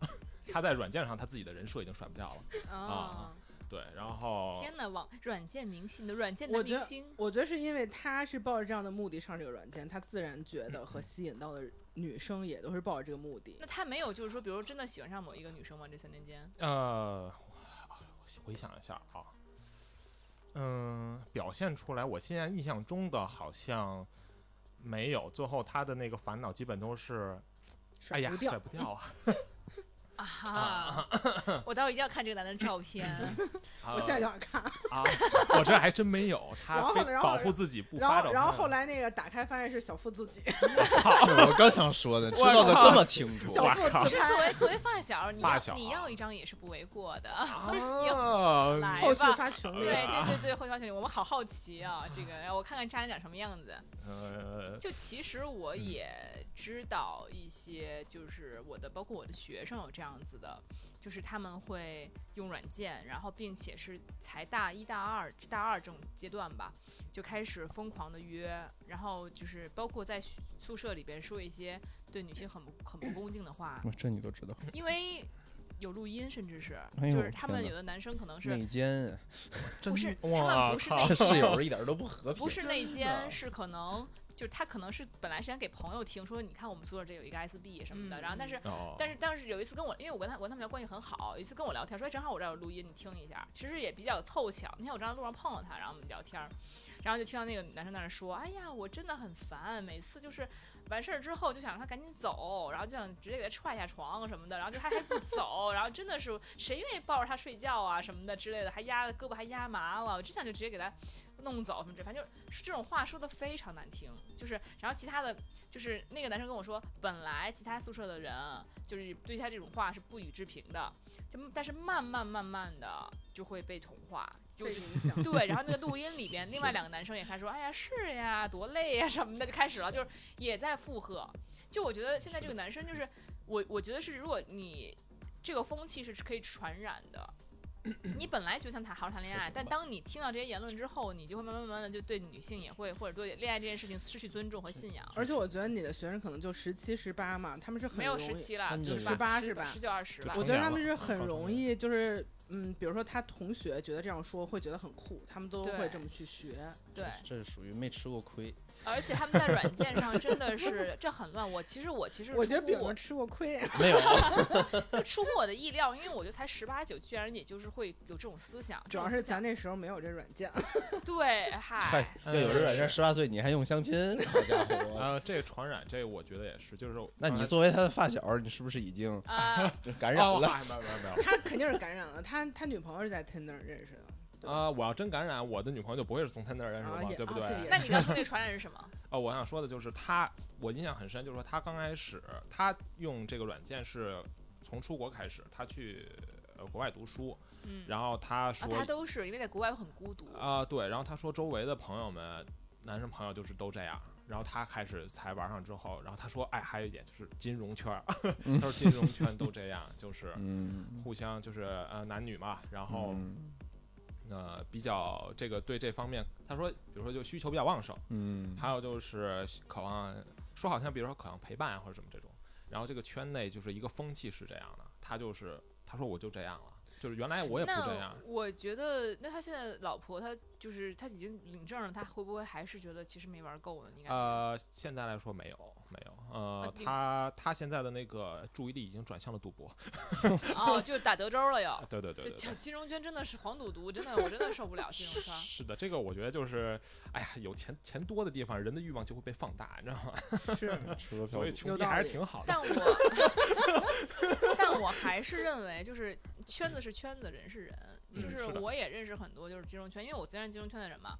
F: 他在软件上他自己的人设已经甩不掉了。
B: 哦，
F: 对，然后
B: 天哪，网软件明星的软件
E: 我
B: 男
E: 觉
B: 明
E: 得
B: 星，
E: 我觉得是因为他是抱着这样的目的上这个软件，他自然觉得
F: 嗯
E: 和吸引到的女生也都是抱着这个目的
B: 那。他没有就是说，比如真的喜欢上某一个女生吗？这三年间，
F: 呃，我回想一下啊，嗯，表现出来，我现在印象中的好像没有，最后他的那个烦恼基本都是，哎
E: 甩
F: 呀
E: 不，掉
F: 甩不掉啊！
B: 啊哈！ 我待会儿一定要看这个男的照片。
E: 我现在就想看。
F: 啊，我这还真没有，
E: 然
F: 他
E: 后
F: 非
E: 呢然后
F: 保
E: 呢
F: 护自己不
E: 然
F: 发
E: 后，
F: 照
E: 然后
F: 片
E: 后来那个打开发现是小付自己，
C: 是我刚想 说的，知道的这么清楚，
E: 小付自
B: 是作
E: 拍。
B: 为作为发小，你
F: 发
B: 要
F: 小啊
B: 你要一张也是不为过的。
E: 哎
F: 啊，
B: 来
E: 后续
B: 吧
E: 发群
B: 对
E: 里，
D: 哎
B: 对对对，会发现我们好好奇啊，这个让我看看渣男长什么样子。
F: 呃，
B: 就其实
D: 嗯
B: 我也知道一些，就是我的，包括我的学生有这样子的，就是他们会用软件，然后并且是才大一大二大二这种阶段吧，就开始疯狂的约，然后就是包括在学宿舍里边说一些对女性很不很不恭敬的话，
D: 哇这你都知道，
B: 因为有录音，甚至是
D: 嗯哎呦
B: 就是他
D: 天
B: 们
D: 哪
B: 有的男生可能是
D: 内奸，啊
B: 不是他
F: 哇
B: 们不是
F: 靠
B: 内
D: 这室友一点都不和平，
B: 不是内奸，
D: 的
B: 是可能就他可能是本来是想给朋友听，说你看我们宿舍这有一个 SB 什么的，
E: 嗯
B: 然后但是。
F: 哦，
B: 但是但是有一次跟我，因为我跟他我跟他们俩关系很好，有一次跟我聊天说，哎正好我这儿有录音，你听一下。其实也比较凑巧，那天我正在路上碰到他，然后我们聊天儿，然后就听到那个男生在那说，哎呀，我真的很烦，每次就是完事儿之后就想让他赶紧走，然后就想直接给他踹下床什么的，然后就他还不走，然后真的是谁愿意抱着他睡觉啊什么的之类的，还压胳膊还压麻了，我真想就直接给他弄走什么之类，反正就是这种话说的非常难听，就是然后其他的就是那个男生跟我说，本来其他宿舍的人就是对他这种话是不予置评的，就但是慢慢慢慢的就会被同化，就
E: 被影 响。
B: 对，然后那个录音里边，另外两个男生也开始说：“哎呀，是呀，多累呀什么的，就开始了，就是也在附和。就我觉得现在这个男生就是我，我觉得是如果你这个风气是可以传染的。你本来就想谈好好谈恋爱，但当你听到这些言论之后，你就会慢慢慢慢的就对女性也会或者对恋爱这件事情失去尊重和信仰。
E: 而且我觉得你的学生可能就十七、十八嘛，他们是很
B: 没有
E: 容
B: 十
E: 易
B: 七了，
D: 就
B: 十
D: 是
E: 18
B: 十
E: 是吧
B: 十九二十吧
F: 就。
E: 我觉
F: 成
E: 得
F: 年
E: 他们
F: 了
E: 是很
F: 啊高中
E: 容
F: 生
E: 易，就是嗯，比如说他同学觉得这样说会觉得很酷，他们都
B: 对
E: 会这么去学。
B: 对，
D: 这是属于没吃过亏，
B: 而且他们在软件上真的是这很乱。我其实我其实
E: 我觉得
B: 出
E: 饼
B: 我
E: 儿吃 过亏，
D: 没 有，
B: 就出乎我的意料，因为我就才十八九，居然也就是会有这种思想。
E: 主要是咱那时候没有这软件。
B: 这种对，
D: 嗨
B: 嗨，，
D: 要有人软件十八岁你还用相亲，好家伙！
F: 啊，这个传染，这个我觉得也是，就是
D: 那你作为他的发小，你是不是已经
B: 啊，
D: 感
F: 没
D: 染
F: 有没
D: 了？
F: 有没有没有
E: 他肯定是感染了，他他女朋友是在 Tinder 认 识的，对
F: 啊！我要真感染，我的女朋友就不会是从他那儿认识
E: 啊
F: 嘛，
E: 也
F: 对不
E: 啊对也
B: 那你刚说那传染是什么？
F: 哦，我想说的就是他，我印象很深，就是说他刚开始他用这个软件是从出国开始，他去呃国外读书，
B: 嗯，
F: 然后他说
B: 啊，他都是因为在国外很孤独，
F: 啊、对，然后他说周围的朋友们，男生朋友就是都这样，然后他开始才玩上之后，然后他说，哎，还有一点就是金融圈儿， 他说金融圈都这样，就是
D: 嗯，
F: 互相就是呃男女嘛，然后呃比较这个对这方面，他说，比如说就需求比较旺盛，
D: 嗯，
F: 还有就是渴望说好像比如说渴望陪伴啊或者什么这种，然后这个圈内就是一个风气是这样的，他就是他说我就这样了，就是原来我也不这样
B: 那。我觉得，那他现在老婆，他就是他已经领证了，他会不会还是觉得其实没玩够呢？你感觉？
F: 呃，现在来说没有，没有。呃，
B: 你
F: 他他现在的那个注意力已经转向了赌博。
B: 哦，就是打德州了又。
F: 对 对
B: 这
F: 对对对
B: 金。金融圈真的是黄赌毒，真的我真的受不了金融圈。
F: 是的，这个我觉得就是，哎呀，有钱钱多的地方，人的欲望就会被放大，你知道吗？
E: 是
D: 吃个
F: 所以
D: 票
F: 穷
E: 有
F: 逼
E: 道
F: 还是
E: 理
F: 挺好的。
B: 但我， 但我还是认为，就是圈子是圈子，人是人，就
F: 嗯是的
B: 我也认识很多就是金融圈，因为我虽然金融圈的人嘛，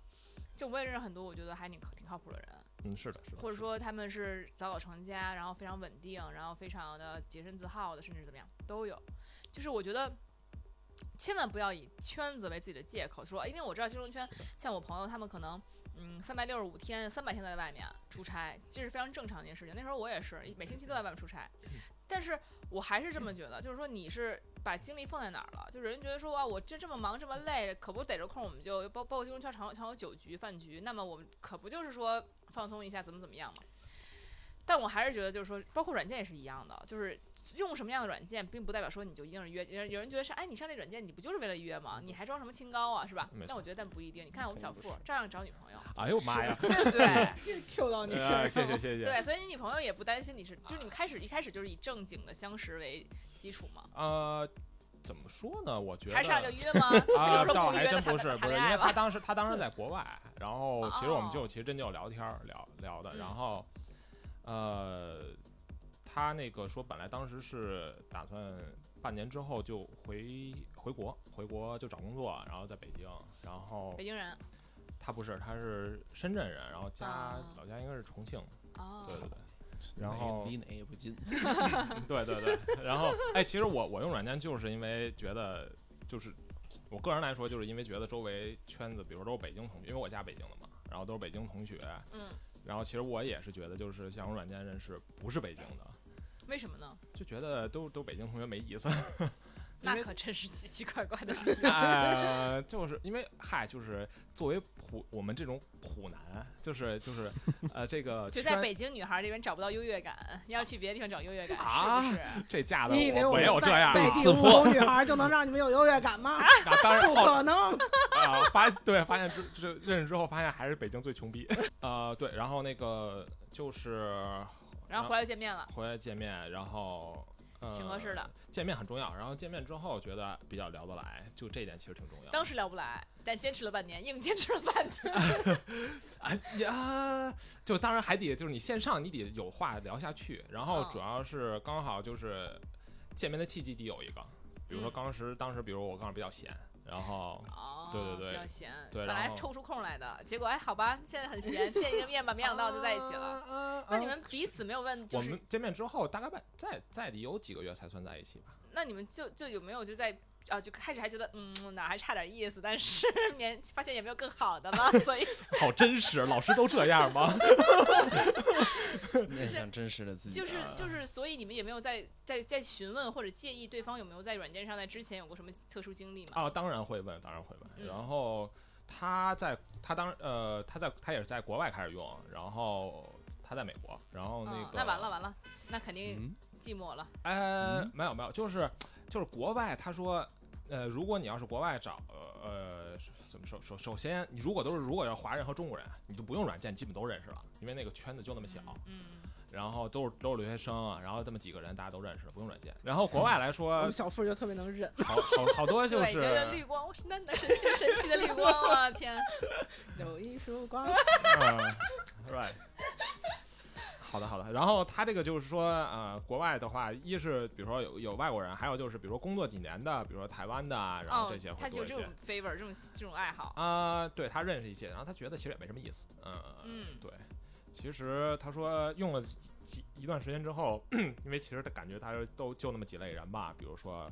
B: 就我也认识很多我觉得还挺挺靠谱的人，
F: 嗯，是的，是的。
B: 或者
F: 是
B: 说他们是早早成家，然后非常稳定，然后非常的洁身自好的，甚至怎么样都有。就是我觉得。千万不要以圈子为自己的借口说，因为我知道金融圈，像我朋友他们可能，嗯，三百六十五天、三百天都在外面出差，这是非常正常的一件事情。那时候我也是每星期都在外面出差，但是我还是这么觉得，就是说你是把精力放在哪儿了？就人觉得说哇，我这这么忙这么累，可不逮着空我们就包包括金融圈常有常有酒局饭局，那么我们可不就是说放松一下，怎么怎么样嘛？但我还是觉得，就是说，包括软件也是一样的，就是用什么样的软件，并不代表说你就一定是约。有人有人觉得是，哎，你上这软件，你不就是为了约吗？你还装什么清高啊，是吧
F: 没？
B: 但
F: 错
B: 我觉得，但不一定。你看我们小
D: 肯定
B: 付照样找女朋友，
F: 的哎呦妈呀！
B: 对不对？
E: Q 到你身上
F: 哎
E: 了，
F: 谢谢谢谢。
B: 对，所以你女朋友也不担心你是，就你们开始一开始就是以正经的相识为基础嘛，
F: 呃，怎么说呢？我觉得
B: 还上就约 吗？这
F: 啊，
B: 就是
F: 倒
B: 说不
F: 还
B: 约
F: 真
B: 的谈
F: 不是，
B: 谈
F: 不是，
B: 恋
F: 因为
B: 爱吧
F: 他？当时他当时在国外，然后其实我们就
B: 哦嗯
F: 其实真就聊天儿聊聊的，然后呃，他那个说本来当时是打算半年之后就回回国，回国就找工作，然后在北京，然后
B: 北京人
F: 他不是他是深圳人，然后家
B: 啊
F: 老家应该是重庆，
B: 哦
F: 对，对对。
D: 哪
F: 然后
D: 离哪也不 近，
F: 对对对，然后哎，其实我我用软件就是因为觉得，就是我个人来说，就是因为觉得周围圈子，比如说都是北京同学，因为我家北京的嘛，然后都是北京同学，
B: 嗯，
F: 然后其实我也是觉得，就是像用软件认识不是北京的，
B: 为什么呢？
F: 就觉得都都北京同学没 意思，因
B: 那
F: 为
B: 可真是奇奇怪怪的理由
F: 哎，就是因为嗨，就是作为普我们这种普男，就是就是呃这个
B: 就在
F: 圈
B: 北京女孩这边找不到优越感，要去别的地方找优越感，
F: 啊
B: 是不是？
F: 这架子
E: 你以为
F: 我
E: 我
F: 没有这样
E: 北
F: 啊，
E: 京某女孩就能让你们有优越感
B: 哎
E: 吗？
F: 那当然
E: 不
F: 后
E: 可能。
F: 啊，发对，发现之之认识之后，发现还是北京最穷逼。呃，对，然后那个就是
B: 然后回来就见面了，
F: 回来见面，然后。呃
B: 挺合适的，
F: 见面很重要。然后见面之后觉得比较聊得来，就这一点其实挺重要的。
B: 当时聊不来，但坚持了半年，硬坚持了半年。
F: 啊呀，就当然还得就是你线上你得有话聊下去，然后
B: 嗯
F: 主要是刚好就是见面的契机得有一个，比如说
B: 嗯
F: 当时当时比如我刚好比较闲，然后
B: 哦，
F: 对对对
B: 比较闲，
F: 对
B: 本
F: 然
B: 来
F: 后
B: 抽不出空来的，结果哎，好吧，现在很闲，见一个面吧，没想到就在一起了。
F: 了
B: 那你们彼此没有问，就
F: 啊我
B: 是
F: 们见面之后，大概半再再得有几个月才算在一起吧。
B: 那你们就就有没有就在啊，就开始还觉得嗯哪儿还差点意思，但是年发现也没有更好的了，所以
F: 好真实，老师都这样吗？
D: 面向真实的自己
B: 就是
D: 啊。
B: 就是所以你们也没有在在在询问或者介意对方有没有在软件上在之前有过什么特殊经历吗？
F: 啊，当然会问，当然会问。
B: 嗯
F: 然后他在他当呃他在他也是在国外开始用，然后他在美国，然后
B: 嗯
F: 哦个、
B: 那完了完了，那肯定
D: 嗯，
B: 寂寞了。
F: 呃，没有没有，就是就是国外，他说，呃，如果你要是国外找，呃，怎么首首首先，你如果都是如果要是华人和中国人，你就不用软件，基本都认识了，因为那个圈子就那么小，
B: 嗯，
F: 然后都是都是留学生啊，然后这么几个人大家都认识了，不用软件。然后国外来
E: 我
F: 说
E: 们，小富就特别能忍，
F: 好好好多就
B: 嗯对，
F: 是
B: 觉得绿光，我是那那神奇神奇的绿光，我天，
E: 有一束 光。
F: 嗯，right。好的，好的。然后他这个就是说，呃，国外的话，一是比如说有有外国人，还有就是比如说工作几年的，比如说台湾的， 然后
B: 哦
F: 这些，
B: 他
F: 会
B: 就
F: 多一
B: 这
F: 些。
B: 种 favor 这种这种爱好，
F: 啊、对他认识一些，然后他觉得其实也没什么意思，嗯，
B: 嗯
F: 对，其实他说用了几一段时间之后， 因为其实他感觉他都就那么几类人吧，比如说，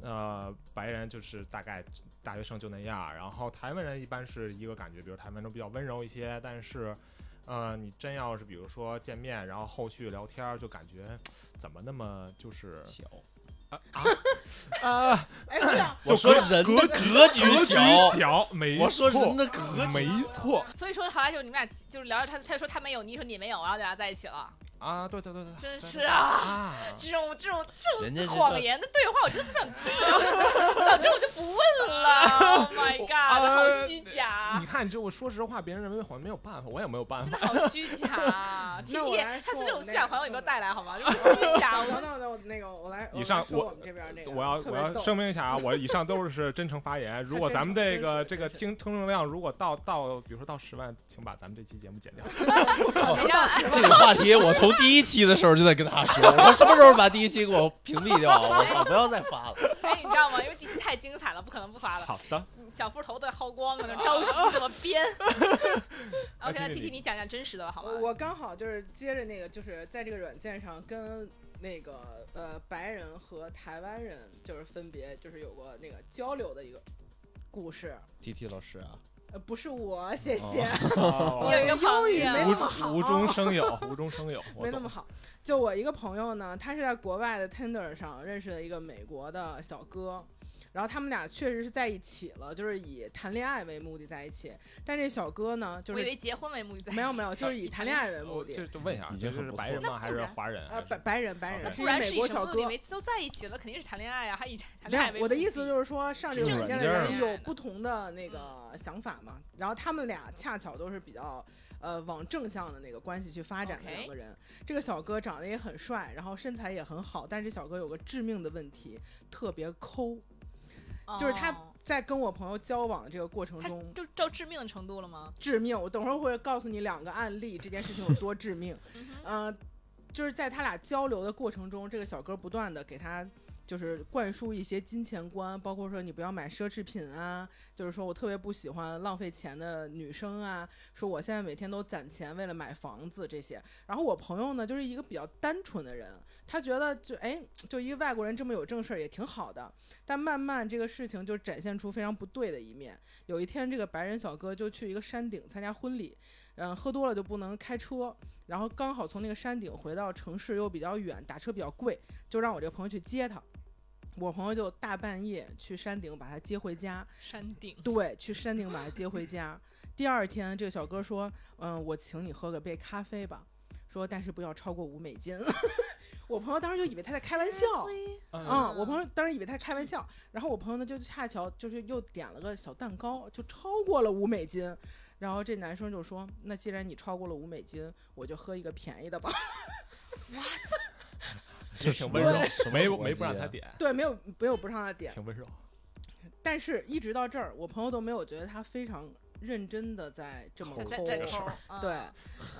F: 呃，白人就是大概大学生就那样，然后台湾人一般是一个感觉，比如台湾都比较温柔一些，但是。呃，你真要是比如说见面，然后后续聊天儿，就感觉怎么那么就是
D: 小，
F: 啊，
E: 哎，对呀，
F: 就
D: 我说
F: 格
D: 人
F: 格
D: 的格局
F: 格局
D: 小，
F: 小，没
D: 我说
F: 错
D: 人的格局
F: 没错，
B: 所以说后来就你们俩就是聊着他，他就说他没有，你说你没有，然后大家在一起了。
F: 啊，对对对对，
B: 真
F: 对
B: 是啊！
F: 啊，
B: 这种这种这
D: 人家
B: 种
D: 是
B: 谎
D: 叫
B: 言的对话，我真的不想听。 早知道我就不问 了。Oh my
F: 我
B: god，
F: 啊
E: 呃
B: 好虚假啊
F: 你，看，这我说实话，别人认为谎言没有办法，我也没有办
B: 真
F: 法。
B: 的好虚 假。T 啊
E: 那我
B: T，
E: 来
B: 他
E: 说
B: 是这
E: 我
B: 种
E: 那
B: 虚假
E: 个
B: 谎言你不要
E: 那个
B: 带来好 吗？这是虚假，
E: 等
B: 我
E: 等等，那个我来，
F: 以上
E: 我来说
F: 我
E: 我们这边那个，
F: 我要
E: 特
F: 我
E: 别
F: 要
E: 逗
F: 声明一下啊，我以上都是真诚发言。如果咱们这个这
E: 真诚
F: 个
E: 真
F: 听听众量如果到到，比如说到十万，请把咱们这期节目剪掉。
B: 没让
D: 这个话题我从第一期的时候就在跟他说，我说什么时候把第一期给我屏蔽掉？我操，不要再发了。
B: 哎，你知道吗？因为第七太精彩了，不可能不发了。
F: 好的，
B: 小腹头都薅光了，那着急怎么 编？OK，那 T
F: 听听
B: T
F: 你
B: 你讲讲真实的吧好吗
E: 我？我刚好就是接着那个，就是在这个软件上跟那个呃白人和台湾人就是分别就是有过那个交流的一个故事，
D: T T 老师啊，
E: 呃，不是我，谢谢，
B: 你有一
F: 哦
B: 个朋
E: 英语没
B: 友
E: 那么好
F: 无无中生有，无中生有，我
E: 没那
F: 懂
E: 么。好。就我一个朋友呢，他是在国外的 Tinder 上认识了一个美国的小哥。然后他们俩确实是在一起了，就是以谈恋爱为目的在一起。但这小哥呢，就
B: 我以
E: 是
B: 为结婚为目的在一起，
E: 没有没有，就是以谈恋爱为
B: 哦
E: 目
F: 我
E: 的。
F: 这这问一下啊，
D: 已
F: 这
D: 经很
F: 是
D: 不
F: 白
D: 错
F: 人
B: 了
F: 吗？还
B: 那不
F: 是
B: 然
F: 华人？
E: 呃，
F: 还是
E: 白白人白
F: 好
E: 人
F: 的
E: 是
B: 不
E: 一
B: 然
E: 美
B: 以
E: 国
B: 什么
E: 小
B: 目的？
E: 哥，
B: 每次都在一起了，肯定是谈恋爱呀、还以谈
E: 没
B: 恋爱为目
E: 有，我的意思就是说，上这个
D: 这
E: 软
D: 种
E: 件的
D: 软件儿啊
E: 人有不同的那个想法嘛。然后他们俩恰巧都是比较呃往正向的那个关系去发展的
B: OK
E: 两个人。这个小哥长得也很帅，然后身材也很好，但是这小哥有个致命的问题，特别抠。就是他
B: 哦
E: 在跟我朋友交往的这个过程
B: 他
E: 中，
B: 就到致命的程度了吗？
E: 致命。我等会儿会告诉你两个案例，这件事情有多致命。
B: 嗯哼
E: 呃，就是在他俩交流的过程中，这个小哥不断的给他就是灌输一些金钱观，包括说你不要买奢侈品啊，就是说我特别不喜欢浪费钱的女生啊，说我现在每天都攒钱为了买房子这些。然后我朋友呢，就是一个比较单纯的人，他觉得就哎，就一个外国人这么有正事儿也挺好的。但慢慢这个事情就展现出非常不对的一面。有一天，这个白人小哥就去一个山顶参加婚礼，嗯，喝多了就不能开车，然后刚好从那个山顶回到城市又比较远，打车比较贵，就让我这个朋友去接他。我朋友就大半夜去山顶把他接回家，
B: 山顶
E: 对，去山顶把他接回家。第二天，这个小哥说：“嗯，我请你喝个杯咖啡吧。”说，但是不要超过五美金。 我朋友当时就以为他在开玩笑，
B: Seriously？
F: 嗯，
E: 嗯，我朋友当时以为他开玩笑，然后我朋友呢就恰巧就是又点了个小蛋糕，就超过了五美金。然后这男生就说：“那既然你超过了五美金，我就喝一个便宜的吧。
F: 这挺温柔
D: 对什，么
F: 没
D: 逻辑
F: 没不让
D: 啊
F: 他点”，
E: 对，没有没有不让他点，
F: 挺温柔。
E: 但是一直到这儿，我朋友都没有觉得他非常认真的在这么
B: 在在
E: 抠
B: 在
D: 哦
E: 我
B: 抠， 嗯
E: 对，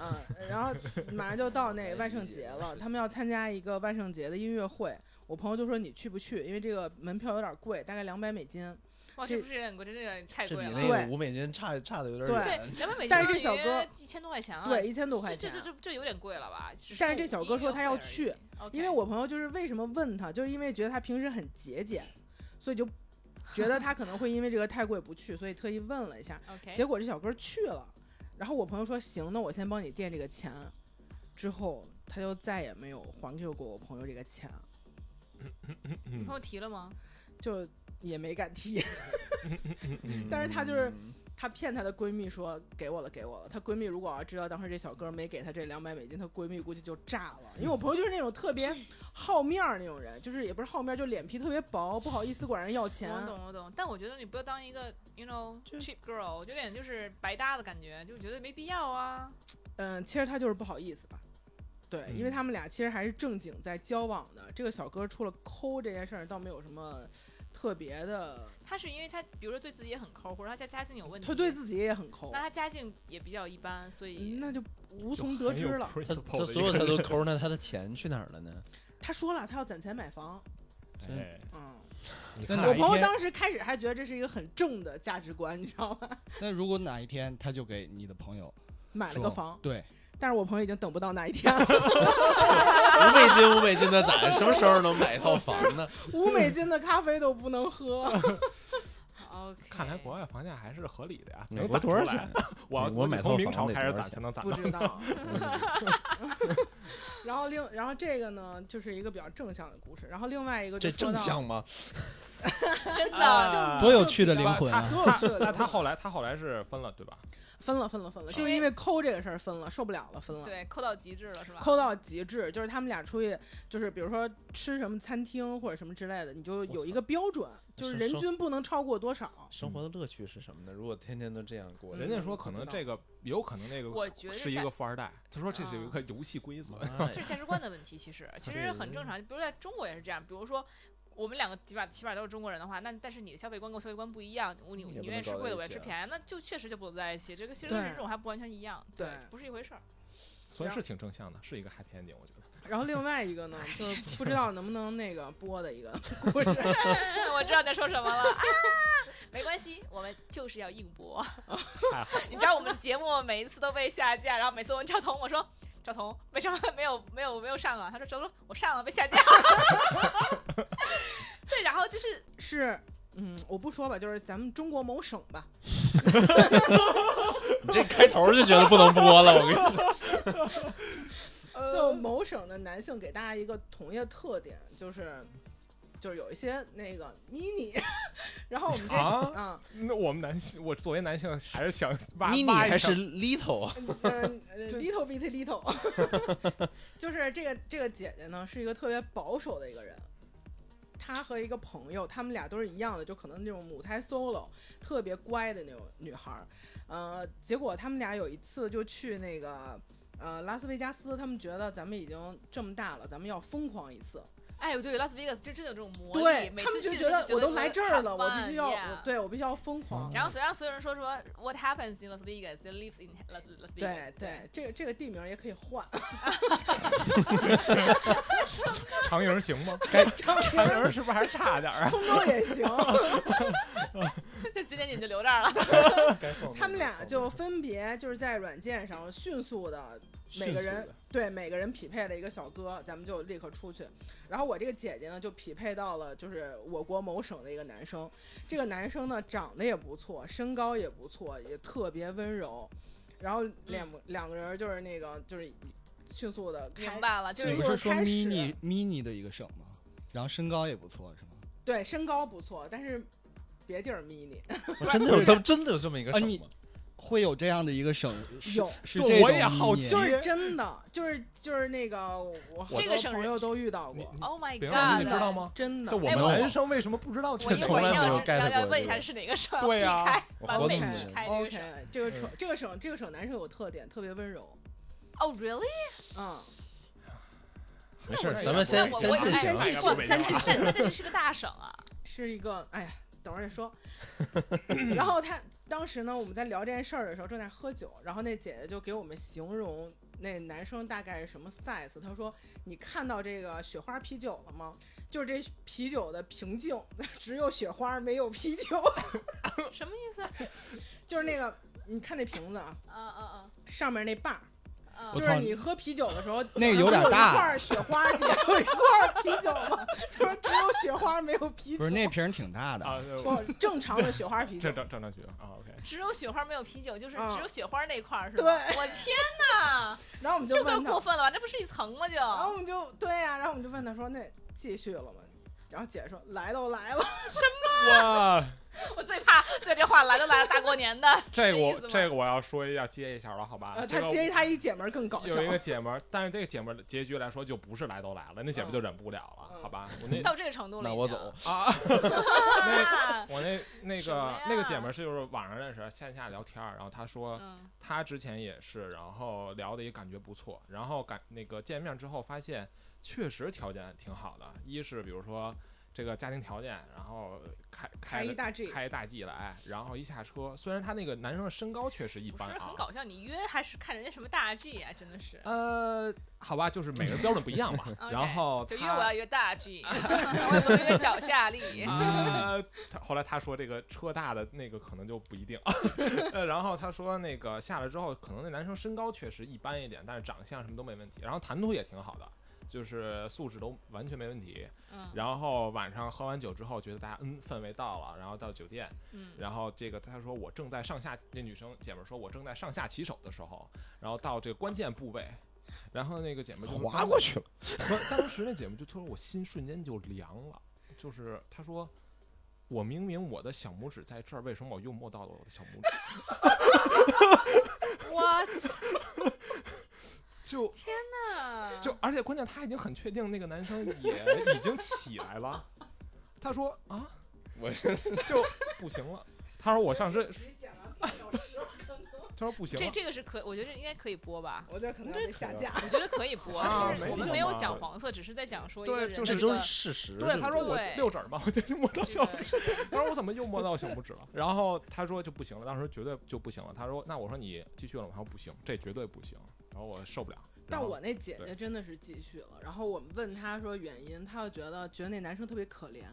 E: 嗯，然后马上就到
F: 哎
E: 那个万圣节了，他们要参加一个万圣节的音乐会，我朋友就说你去不去？因为这个门票有点贵，大概两百美金。
B: 哇，
E: 这
B: 是不是有点贵？这有点太
D: 这
B: 贵
D: 比
B: 了。
D: 那个五美金差差的有点
E: 对
B: 对
D: 远，。
B: 两百美金
E: 但是这小
B: 相当于
E: 哥
B: 一千多块钱啊，
E: 对，一千多块
B: 这
E: 钱。
B: 这这这有点贵了吧？只
E: 但是
B: 我
E: 这小哥说他要去
B: 音乐会而已，
E: 因为我朋友就是为什么问他，就是因为觉得他平时很节俭，所以就觉得他可能会因为这个太贵不去，所以特意问了一下。
B: OK，
E: 结果这小哥去了，然后我朋友说行，那我先帮你垫这个钱，之后他就再也没有还给过我朋友这个钱，
D: 嗯
B: 你朋友提了吗？
E: 就也没敢提。
D: 嗯
E: 但是他就是
F: 嗯
E: 她骗她的闺蜜说给我了，给我了。她闺蜜如果要知道当时这小哥没给她这两百美金，她闺蜜估计就炸了。因为我朋友就是那种特别好面儿那种人，就是也不是好面儿，就脸皮特别薄，不好意思管人要钱。啊
B: 我懂我懂，但我觉得你不要当一个 you know cheap girl，有点就是白搭的感觉，就觉得没必要啊。
E: 嗯，其实她就是不好意思吧。对，因为
F: 嗯
E: 他们俩其实还是正经在交往的。这个小哥除了抠这件事儿，倒没有什么特别的，
B: 他是因为他，比如说对自己也很抠，或者他家家境有问题，
E: 他对自己嗯也很抠
B: 那，他家境也比较一般，所以
E: 那就无
F: 就
E: 从得
F: 很
E: 知
F: 有
E: 了。
D: 他
F: principle
D: 他
F: 的一
D: 所有
F: 个
D: 他都抠，那他的钱去哪儿了呢？
E: 他说了，他要攒钱买房。
D: 真
F: 哎
E: 嗯，
F: 你
G: 那
F: 看
E: 我
G: 哪一
E: 朋友
G: 天
E: 当时开始还觉得这是一个很正的价值观，你知道吗？
G: 那如果哪一天他就给你的朋友
E: 买了
G: 说
E: 个房，
D: 啊
G: 对，
E: 但是我朋友已经等不到那一天了，
D: 五美金五美金的攒，什么时候能买一套房呢？
E: 五美金的咖啡都不能喝。
B: OK。
F: 看来国外房价还是合理的呀，
D: 美
F: 能
D: 国
F: 攒
D: 多少
F: 出来
D: 钱？
F: 我
D: 美国买
F: 从
D: 套
F: 明
D: 房
F: 朝
D: 得
F: 开始
D: 多少
F: 攒
D: 钱
F: 才能攒
E: 不
F: 到。
E: 知道。然后另然后这个呢，就是一个比较正向的故事。然后另外一个就
D: 这
E: 说
D: 正
E: 到
D: 向吗？
B: 真
E: 啊
B: 的就
G: 多有趣的灵魂
F: 他
G: 啊！
E: 多有趣
F: 他
E: 的
F: 那
E: 灵
F: 他
E: 魂
F: 后来他后来是分了对吧？
E: 分了分了分了，
B: 是
E: 就是
B: 因
E: 因为抠这个事儿分了，受不了了分了。
B: 对抠到极致了是吧？
E: 抠到极致，就是他们俩出去，就是比如说吃什么餐厅或者什么之类的，你就有一个标准，就是人均不能超过多少。
C: 生活的乐趣是什么呢？如果天天都这样过，
F: 人家说可能这个也有可能那
B: 我觉
F: 个
B: 得
F: 是一
B: 在
F: 个富二代，他说这是
B: 啊
F: 有一个游戏规则，
C: 妈
B: 这
C: 呀
B: 是价值观的问题，其 实其实很正常。比如在中国也是这样，比如说。我们两个起码起码都是中国人的话，那但是你的消费观跟我消费观不一样，
F: 嗯
B: 我你
C: 也
B: 你
C: 不能
B: 愿意吃
C: 搞在
B: 贵的，
C: 一
B: 我愿意
C: 起
B: 吃
C: 啊
B: 便宜，那就确实就不能在一起。这个其实
E: 对
B: 人种还不完全一样，对
E: 对，
B: 不是一回事 儿。
F: 所以是挺正向的，是一个 happy ending，我觉得。
E: 然后另外一个呢，就是不知道能不能那个播的一个故事，
B: 我知道在说什么了啊，没关系，我们就是要硬搏。
F: 哦
B: 你知道我们节目每一次都被下架，然后每次问赵彤，我说赵彤为什么没有没有没有上啊？他说赵彤我上了被下架了。 对，然后就是
E: 是嗯，我不说吧，就是咱们中国某省吧，
D: 你这开头就觉得不能播了，我跟你说。
E: 就某省的男性给大家一个同业特点，就是就是有一些那个妮妮， 然后我们这嗯
F: 啊那我们男性，我作为男性还是想挖
D: 妮妮
F: 挖一
D: 还
F: 下
D: 是 little，
E: 嗯呃
F: 这
E: ，little bit little，就是这个这个姐姐呢是一个特别保守的一个人，她和一个朋友，他们俩都是一样的，就可能那种母胎 solo，特别乖的那种女孩儿。呃，结果他们俩有一次就去那个呃拉斯维加斯，他们觉得咱们已经这么大了，咱们要疯狂一次。
B: 哎，对，拉斯维加斯真真的有这种魔力，
E: 对
B: 每
E: 他
B: 次
E: 们就
B: 去
E: 觉
B: 的时候
E: 得
B: 就
E: 我都来这儿了，
B: 觉得
E: 我
B: have
E: 必须要，
B: fun，
E: 我
B: yeah
E: 对我必须要疯狂。
B: 然后虽然所有人说什么 What happens in Las Vegas lives in Las Las Vegas，
E: 对对，这个这个地名也可以换，
F: 长营行 吗？
E: 张
F: 长营是不是还差 点儿啊？
E: 通州也行。
B: 那 今天你们就留这儿了。
E: 他们俩就分别就是在软件上迅速的每个人对每个人匹配了一个小哥，咱们就立刻出去。然后我这个姐姐呢，就匹配到了就是我国某省的一个男生。这个男生呢，长得也不错，身高也不错，也特别温柔。然后两、两个人就是那个就是迅速的
B: 明白了，就
E: 对
B: 是
G: 你
E: 就
G: 不
B: 说
G: 是说
E: 开始
G: mini mini 的一个省吗？然后身高也不错是吗？
E: 对身高不错，但是别地儿迷你
D: 真的有这么真的有这么一个
G: 啊
D: 省
G: 你
D: 吗？
G: 会有这样的一个省是
E: 有。
G: 是
F: 对
G: 这种
F: 我也好
G: mini
F: 奇
E: 就是真的，就是就是那个我好
B: 这个
E: 多
B: 省
E: 朋
B: 人
E: 友都遇到过，
F: 你
B: Oh my
F: 别忘了，
B: God，
F: 你知道吗？
E: 真的。
F: 就我
B: 哎
F: 们
B: 我
F: 男生为什么不知道
B: 我
F: 这
B: 一
F: 从
B: 会儿
F: 来
B: 一定
F: 没
B: 要
F: 有
B: 知
C: get
B: 要
C: 过
B: 要问
C: 这
B: 一下
C: 个
B: 是哪个省，
F: 对啊
B: 避开
C: 我
B: 完
C: 活
B: 美
C: 动
B: 避
C: 了
B: 开这个省。
E: OK，这个省这个省这个省男生有个特点，特别温柔。
B: 哦，really？
E: 嗯，
C: 没事
F: 那
C: 儿
F: 我，
C: 咱
F: 这
C: 们
B: 那
C: 先
B: 我
C: 先
B: 我
C: 进
B: 哎
C: 行
E: 先进
C: 吧
E: 行
B: 那
E: 先进
B: 那那这是个大省啊，
E: 是一个，哎呀，等会儿再说。然后他当时呢，我们在聊这件事儿的时候，正在喝酒，然后那姐姐就给我们形容那男生大概是什么 size。她说：“你看到这个雪花啤酒了吗？就是这啤酒的瓶颈， 只有雪花，没有啤酒。
B: 什么意思？
E: 就是那个，你看那瓶子啊，
B: 嗯嗯
E: 上面那把儿，
B: 嗯
G: 我
B: 嗯，
E: 就是
G: 操
E: 你喝啤酒的时候，
G: 那个有点
E: 一
G: 大
E: 块雪花，底下有一块啤酒嘛。他说只有雪花没有啤酒，
G: 不是那瓶儿挺大的，
F: 啊？对
E: 不正常的雪花啤酒
F: 这。正正常学啊，OK。
B: 只有雪花没有啤酒，就是
E: 嗯
B: 只有雪花那块儿是吧？我天哪，
E: 然后我们就
B: 这都
E: 问
B: 过
E: 他，
B: 分了吧？这不是一层吗？就
E: 然
F: 哦
E: 后我们就对呀、然后我们就问他说那继续了吗？然后姐说来都来了，
F: 哇，
B: 我最怕最这话来都来了，大过年的，
F: 这
B: 是
F: 个
B: 意
F: 我
B: 思吗啊
F: 这个我要说一下接一下了，好吧？
E: 呃，
F: 啊这
E: 他
F: 个
E: 接他一姐们儿更搞笑
F: 有。一个姐们儿，但是这个姐们儿的结局来说就不是来都来了，那姐
E: 嗯
F: 们儿就忍不了了，
E: 嗯
F: 好吧？我那
B: 到这个程度了。
D: 那我走。，
F: 啊，那
B: 啊
F: 我那那
B: 什么
F: 个
B: 呀
F: 那个姐们儿是就是网上认识，线下聊天儿，然后她说
B: 嗯，
F: 她之前也是，然后聊的也感觉不错，然后感那个见面之后发现确实条件挺好的，一是比如说这个家庭条件，然后开
E: 开
F: 开
E: 一
F: 的
E: 大 G，
F: 开大 G 来，然后一下车，虽然他那个男生的身高确 实一
B: 不
F: 般
B: 是
F: 啊
B: 很，搞笑，你约还是看人家什么大 G 啊，真的是。
F: 呃，好吧，就是每个人标准不一 样嘛
B: OK，，
F: 然后
B: 就约
F: 他
B: 我要约大 G，我也不能约小夏利。
F: 啊，他后来他说这个车大的那个可能就不一定， 呃然后他说那个下来之后，可能那男生身高确实一般一点，但是长相什么都没问题，然后谈吐也挺好的，就是素质都完全没问题。
B: 嗯
F: 然后晚上喝完酒之后，觉得大家嗯氛围到了，然后到酒店，
B: 嗯，
F: 然后这个他说我正在上下，那女生姐们儿说我正在上下其手的时候，然后到这个关键部位。然后那个姐们儿就
D: 划
F: 当
D: 过去了，
F: 不是，当时那姐们就说，我心瞬间就凉了，就是她说，我明明我的小拇指在这儿，为什么我又摸到了我的小拇指？
B: 我操！
F: 就 就，而且关键他已经很确定那个男生也已经起来了。他说啊，
D: 我
F: 就不行了。他说我上身， 他说不行
B: 这
F: 了。
B: 这个是可，我觉得这应该可以播吧。
E: 我觉得可能要被下架。
B: 我觉得可以播，
F: 啊
B: 就是我
F: 没
B: 们
F: 必要
B: 没有
F: 吧
B: 讲黄色，只是在讲说一
F: 对
B: 个人
F: 就
B: 的
F: 是
B: 这
F: 都
B: 个
D: 事实
F: 对，他说我
B: 对
F: 六指儿嘛，我就摸到
B: 这
F: 小
B: 个
F: 他说我怎么又摸到小拇指了？然后他说就不行了，当时绝对就不行了。他说那我说你继续了吗？他说不行，这绝对不行。然后我受不了。然
E: 但
F: 后
E: 我那姐姐真的是继续了，然后我们问她说原因，她就觉得觉得那男生特别可怜，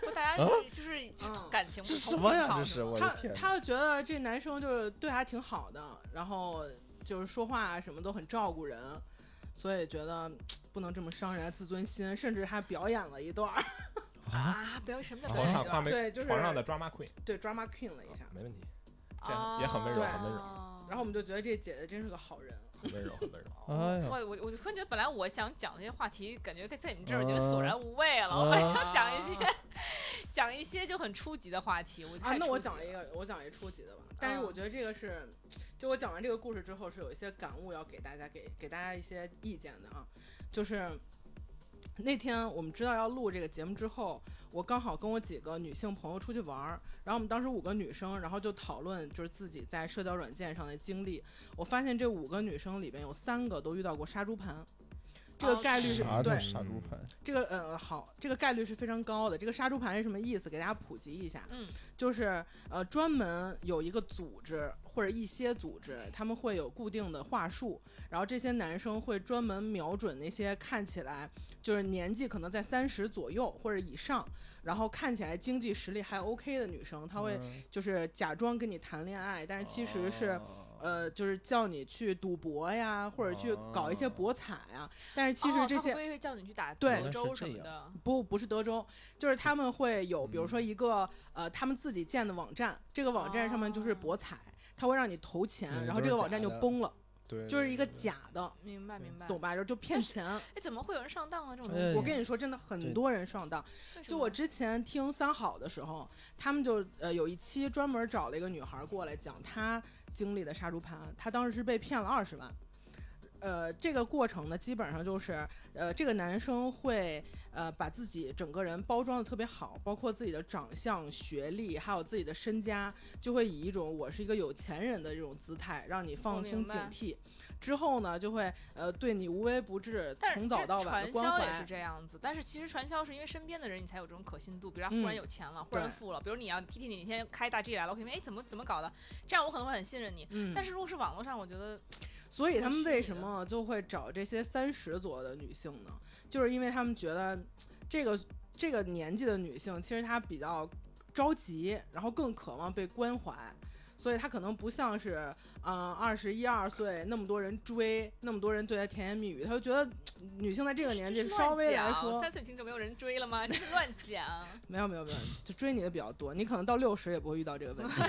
B: 不大家
F: 啊
B: 就是就是
E: 嗯
B: 感情不
D: 这
B: 同
D: 什么
B: 情
D: 呀？
B: 况
D: 这是
B: 吗
D: 我
E: 她
D: 的天！
E: 她就觉得这男生就是对她挺好的，然后就是说话什么都很照顾人，所以觉得不能这么伤人家自尊心，甚至还表演了一段儿，
B: 啊！不要什么叫
F: 床上
B: 话
F: 跨
B: 梅
F: 没
E: 对，就是
F: 床上的 drama queen
E: 对 drama queen 了一下，
F: 没问题，这
B: 哦
F: 样也很温柔很温柔
E: 然后我们就觉得这姐姐真是个好人。
F: 很温柔，很温柔。
D: 哎呀
B: 我我我就突然觉得，本来我想讲的这些话题，感觉在你们这儿我觉
D: 嗯
B: 得索然无味了。我本来想讲一些、讲一些就很初级的话题，我
E: 啊
B: 太，
E: 那我
B: 初级
E: 讲一
B: 了
E: 个，我讲一初级的吧。但是
B: 嗯
E: 我觉得这个是，就我讲完这个故事之后，是有一些感悟要给大家给给大家一些意见的啊。就是那天我们知道要录这个节目之后，我刚好跟我几个女性朋友出去玩儿，然后我们当时五个女生，然后就讨论就是自己在社交软件上的经历。我发现这五个女生里边有三个都遇到过杀猪盘，这个
B: 哦
E: 概率是、
G: 啥
E: 对
G: 叫杀猪盘？
E: 这个呃好，这个概率是非常高的。这个杀猪盘是什么意思？给大家普及一下，
B: 嗯，
E: 就是呃专门有一个组织或者一些组织，他们会有固定的话术，然后这些男生会专门瞄准那些看起来就是年纪可能在三十左右或者以上，然后看起来经济实力还 OK 的女生，他
C: 嗯
E: 会就是假装跟你谈恋爱，但是其实是。
C: 哦
E: 呃，就是叫你去赌博呀，或者去搞一些博彩呀，但是其实
B: 哦
E: 这
B: 他
E: 些、
B: 会不会叫你去打
E: 对
B: 德州
D: 原来是
B: 什
D: 这
B: 么的？
E: 不不是德州，就是他们会有，比如说
G: 嗯
E: 一个、呃，他们自己建的网站，这个网站上面就是博彩，他会让你投钱，
G: 对
E: 然后
G: 都
E: 这
G: 是
E: 个网
G: 假
E: 站就
G: 的
E: 崩了，
G: 对，
E: 就是一个假的，
B: 明白明白。
E: 嗯懂吧？就就骗钱。
B: 哎，怎么会有人上当啊？这种
D: 哎
B: 东西
E: 我跟你说，真的很
D: 对
E: 多人上当。
B: 为什
E: 就
B: 么
E: 我之前听三好的时候，他们就呃有一期专门找了一个女孩过来讲她经历的杀猪盘，她当时是被骗了二十万。呃，这个过程呢，基本上就是，呃，这个男生会，呃，把自己整个人包装的特别好，包括自己的长相、学历，还有自己的身家，就会以一种我是一个有钱人的这种姿态，让你放松
B: 明
E: 警
B: 白
E: 惕。之后呢，就会，呃，对你无微不至，
B: 但是
E: 从早
B: 这
E: 到晚
B: 传
E: 的关
B: 销
E: 怀。
B: 也是这样子，但是其实传销是因为身边的人，你才有这种可信度。比如他忽然
E: 嗯
B: 有钱了，忽然
E: 对
B: 富了，比如你要 T T 你那天开大 G 来了，我肯定哎怎么怎么搞的，这样我可能会很信任你。
E: 嗯，
B: 但是如果是网络上，我觉得
E: 所以他们为什
B: 是的
E: 么就会找这些三十左右的女性呢？就是因为他们觉得这个这个年纪的女性，其实她比较着急，然后更渴望被关怀，所以她可能不像是嗯二十一二岁那么多人追，那么多人对她甜言蜜语，她就觉得嗯女性在这个年纪
B: 是
E: 稍
B: 乱
E: 微来
B: 讲
E: 说
B: 三岁情就没有人追了吗？这是乱 讲。
E: 没有没有没有，就追你的比较多，你可能到六十也不会遇到这个问题。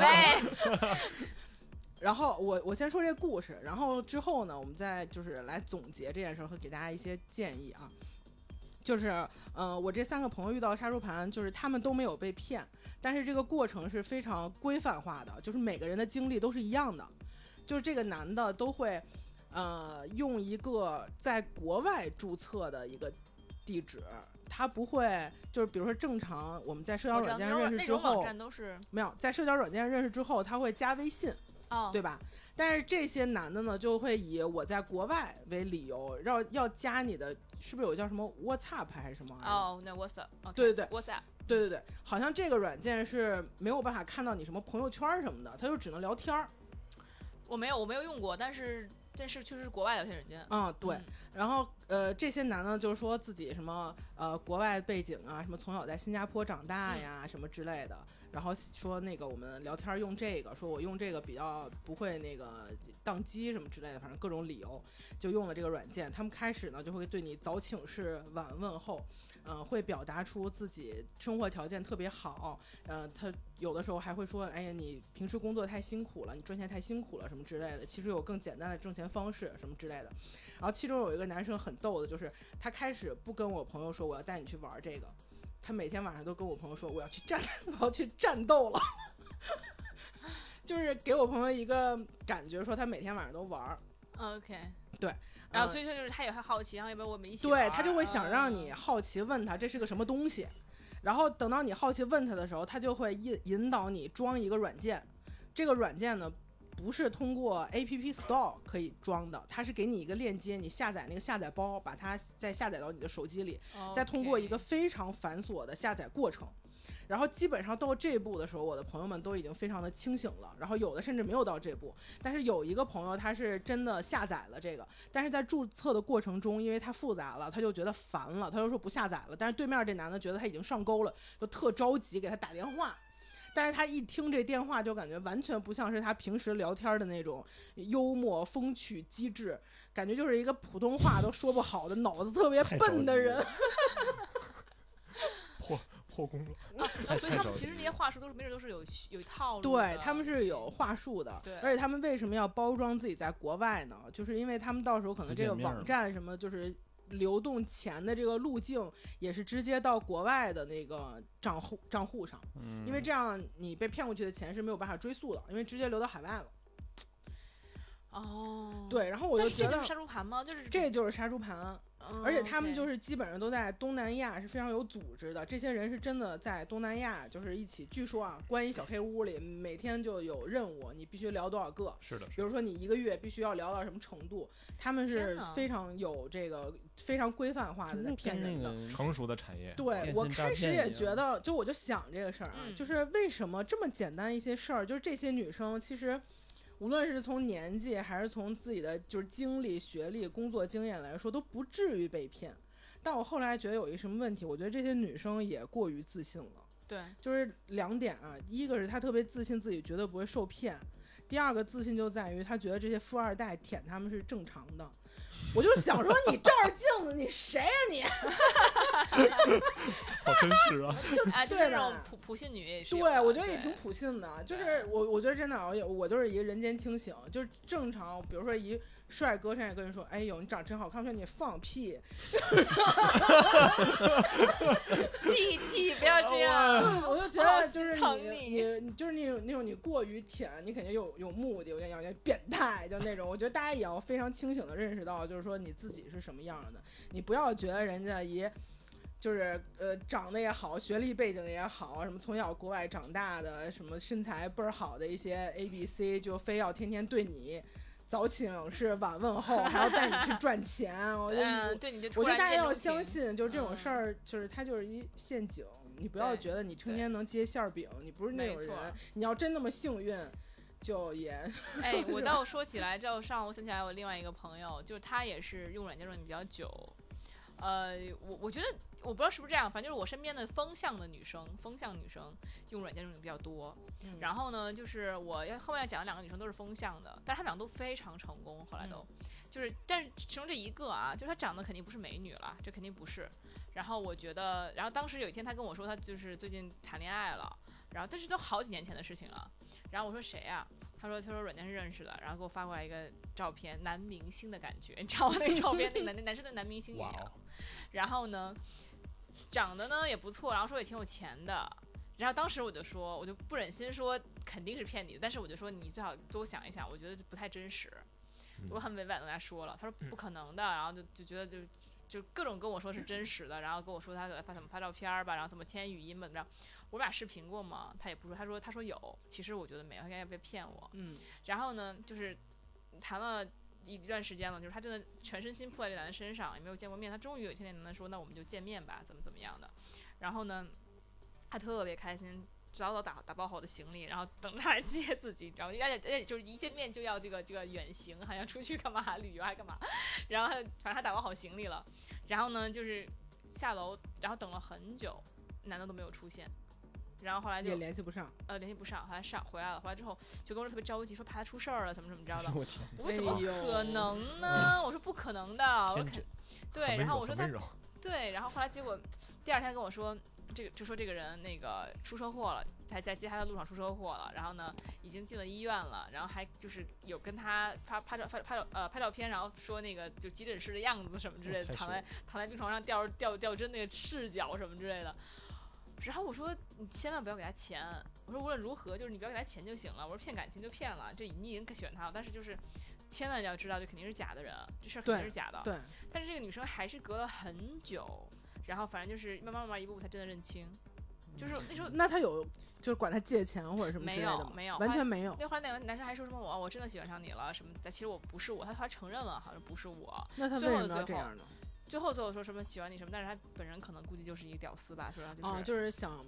B: 喂，
E: 然后我我先说这故事，然后之后呢，我们再就是来总结这件事儿和给大家一些建议啊。就是，呃，我这三个朋友遇到杀猪盘，就是他们都没有被骗，但是这个过程是非常规范化的，就是每个人的经历都是一样的，就是这个男的都会，呃，用一个在国外注册的一个地址，他不会就是比如说正常我们在社交
B: 我知
E: 软
B: 道
E: 件
B: 那种
E: 认
B: 网
E: 识
B: 那
E: 之
B: 种网
E: 后，
B: 站都是
E: 没有在社交软件认识之后，他会加微信。
B: 哦，
E: 对吧？但是这些男的呢，就会以我在国外为理由，要要加你的，是不是有叫什么 WhatsApp 还是什么玩意儿？
B: 哦，那 What's up？
E: 对对
B: ，What's up？
E: 对对对，好像这个软件是没有办法看到你什么朋友圈儿什么的，它就只能聊天儿。
B: 我没有我没有用过，但是但是确实是国外聊天软件。
E: 嗯，对
B: 嗯。，
E: 然后呃，这些男的就说自己什么呃国外背景啊，什么从小在新加坡长大呀，什么之类的。然后说那个我们聊天用这个，说我用这个比较不会那个宕机什么之类的，反正各种理由就用了这个软件。他们开始呢就会对你早请示晚问候，嗯、会表达出自己生活条件特别好，呃，他有的时候还会说，哎呀，你平时工作太辛苦了，你赚钱太辛苦了什么之类的。其实有更简单的挣钱方式什么之类的。然后其中有一个男生很逗的，就是他开始不跟我朋友说我要带你去玩这个，他每天晚上都跟我朋友说我要去战， 我要去战斗了， 就是给我朋友一个感觉，说他每天晚上都玩儿，
B: 嗯 OK，
E: 对，
B: 然后
E: 嗯
B: 所以他就是他也会好奇，然后要不要我们一起玩儿？
E: 对他就会想让你
B: 嗯
E: 好奇问他这是个什么东西，然后等到你好奇问他的时候，他就会引引导你装一个软件，这个软件呢。不是通过 A P P Store 可以装的，它是给你一个链接，你下载那个下载包，把它再下载到你的手机里，再通过一个
B: 嗯 OK
E: 非常繁琐的下载过程。然后基本上到这一步的时候，我的朋友们都已经非常的清醒了，然后有的甚至没有到这步。但是有一个朋友他是真的下载了这个，但是在注册的过程中，因为太复杂了，他就觉得烦了，他就说不下载了。但是对面这男的觉得他已经上钩了，就特着急给他打电话。但是他一听这电话，就感觉完全不像是他平时聊天的那种幽默、风趣、机智，感觉就是一个普通话都说不好的、脑子特别
D: 太着
E: 笨的
D: 急
E: 人
D: 了。
F: 破功了。
B: 啊，所以他
D: 着
B: 们其实这些话术都是没准都是有有套路的。
E: 对，他们是有话术的，
B: 对
E: 而且他们为什么要包装自己在国外呢？就是因为他们到时候可能
D: 不
E: 这
D: 见
E: 个
D: 面儿
E: 网
D: 嘛
E: 站什么就是。流动钱的这个路径也是直接到国外的那个账户账户上，因
D: 嗯
E: 为这样你被骗过去的钱是没有办法追溯的，因为直接流到海外了。
B: 哦，，
E: 对，然后我
B: 但
E: 就是
B: 这
E: 觉
B: 就
E: 得
B: 是杀猪盘吗？就是
E: 这就是杀猪盘，
B: 嗯
E: 而且他们就
B: OK
E: 是基本上都在东南亚是非常有组织的，这些人是真的在东南亚就是一起，据说啊，关一小黑屋里，每天就有任务，你必须聊多少个，
F: 是的，
E: 比如说你一个月必须要聊到什么程度，他们
B: 天
E: 是
B: 呐
E: 非常有这个非常规范化的在骗人的。
F: 成熟的产业。
E: 对
D: 电
E: 我
D: 信诈
E: 开始
D: 骗
E: 也
D: 一
E: 觉
D: 样
E: 得，就我就想这个事儿啊，
B: 嗯
E: 就是为什么这么简单一些事儿，就是这些女生其实。无论是从年纪还是从自己的就是经历、学历、工作经验来说，都不至于被骗。但我后来觉得有一什么问题，我觉得这些女生也过于自信了。
B: 对
E: 就是两点啊，一个是他特别自信自己绝对不会受骗，第二个自信就在于他觉得这些富二代舔他们是正常的。我就想说，你照着镜子，你谁呀、你？
F: 好真实 啊！
B: 啊， 就是
E: 对
B: 那种
E: 吧
B: 普普信女也是有的。
E: 对，我觉得也
B: 对
E: 挺普信的。就是我，我觉得真的，我啊也我就是一个人间清醒，就是正常。比如说一帅哥上来跟你说：“哎呦，你长真好看。”我说：“你放屁
B: ，T T 不要这样。！”
E: 我 就觉得就
B: 好
E: 是
B: 心疼
E: 你
B: 你
E: 你就是那种那种你过于舔，你肯定有有目的，有点有点变态，就那种。我觉得大家也要非常清醒的认识到，就是说你自己是什么样的，你不要觉得人家一。就是呃，长得也好，学历背景也好，什么从小国外长大的，什么身材倍儿好的一些 A B C，就非要天天对你早请示晚问候，还要带你去赚钱。 我觉得
B: 嗯，对，你就突
E: 我觉
B: 然
E: 得大家
B: 间
E: 要
B: 钟
E: 相
B: 情，
E: 信，就是这种
B: 嗯
E: 事儿，就是它就是一陷阱。你不要
B: 对
E: 觉得你成
B: 对
E: 天能接馅儿饼，你不是那
B: 没
E: 种
B: 错
E: 人。你要真那么幸运，就也
B: 哎， 我倒说起来，这上我想起来我另外一个朋友，就是他也是用软件用的比较久。呃，我我觉得我不知道是不是这样，反正就是我身边的风向的女生，风向女生用软件用的比较多。
A: 嗯
B: 然后呢，就是我要后面要讲的两个女生都是风向的，但是她们俩都非常成功，后来都、就是，但是其中这一个啊，就是她长得肯定不是美女了，这肯定不是。然后我觉得，然后当时有一天她跟我说，她就是最近谈恋爱了，然后但是都好几年前的事情了。然后我说谁啊？他说他说软件是认识的，然后给我发过来一个照片，男明星的感觉，你知道吗？那个照片，那个男那男生的男明星一
F: 哇
B: 样
F: 哦。
B: 然后呢，长得呢也不错，然后说也挺有钱的。然后当时我就说，我就不忍心说肯定是骗你的，但是我就说你最好多想一想，我觉得不太真实。
F: 嗯
B: 我很委婉地跟他说了，他说不可能的，然后就就觉得就就各种跟我说是真实的，然后跟我说他给他发怎么发照片儿吧，然后怎么添语音吧，怎么着。我俩视频过吗？他也不说，他说他说有，其实我觉得没有，他应该被骗我。
E: 嗯，
B: 然后呢，就是谈了一段时间了，就是他真的全身心扑在这男的身上，也没有见过面。他终于有一天，那男的说：“那我们就见面吧，怎么怎么样的。”然后呢，他特别开心。早早打打包好我的行李，然后等他来接自己，然后而且而且就是一见面就要这个这个远行，好像出去干嘛旅游还干嘛，然后他就反正他打包好行李了，然后呢就是下楼，然后等了很久，男的都没有出现，然后后来就
E: 也联系不上。
B: 呃联系不上，后来上回来了，回来之后就跟我说特别着急，说怕他出事儿了，怎么怎么着 的。
D: 我天，
B: 我说怎么
E: 哎呦
B: 可能呢？我说不可能的，我
F: 天
B: 肯
F: 真
B: 对，然后我说他
F: 温柔
B: 对，然后后来结果第二天跟我说，这个就说这个人那个出车祸了，还在接他的路上出车祸了，然后呢已经进了医院了，然后还就是有跟他拍拍照拍拍照呃拍照片，然后说那个就急
F: 哦
B: 诊室的样子什么之类的，
G: 太
B: 躺
G: 帅
B: 在躺在病床上吊着吊吊针那个视角什么之类的。然后我说你千万不要给他钱，我说无论如何就是你不要给他钱就行了，我说骗感情就骗了，这你已经选他了，但是就是千万要知道这肯定是假的人，这事儿肯定
E: 对
B: 是假的。
E: 对，
B: 但是这个女生还是隔了很久，然后反正就是慢慢慢慢一步步才真的认清，
E: 嗯
B: 就是那时候
E: 那他有就是管他借钱或者什么
B: 没
E: 之类的
B: 有
E: 吗？
B: 没有
E: 完
B: 他
E: 全没有。
B: 那后来那个男生还说什么我我真的喜欢上你了什么的，其实我不是我，他他承认了好像不是我，
E: 那他为
B: 最后
E: 什么
B: 的
E: 要
B: 最
E: 这
B: 后
E: 样呢？
B: 最后最后说什么喜欢你什么，但是他本人可能估计就是一个屌丝吧，所以他就是、
E: 啊，就是想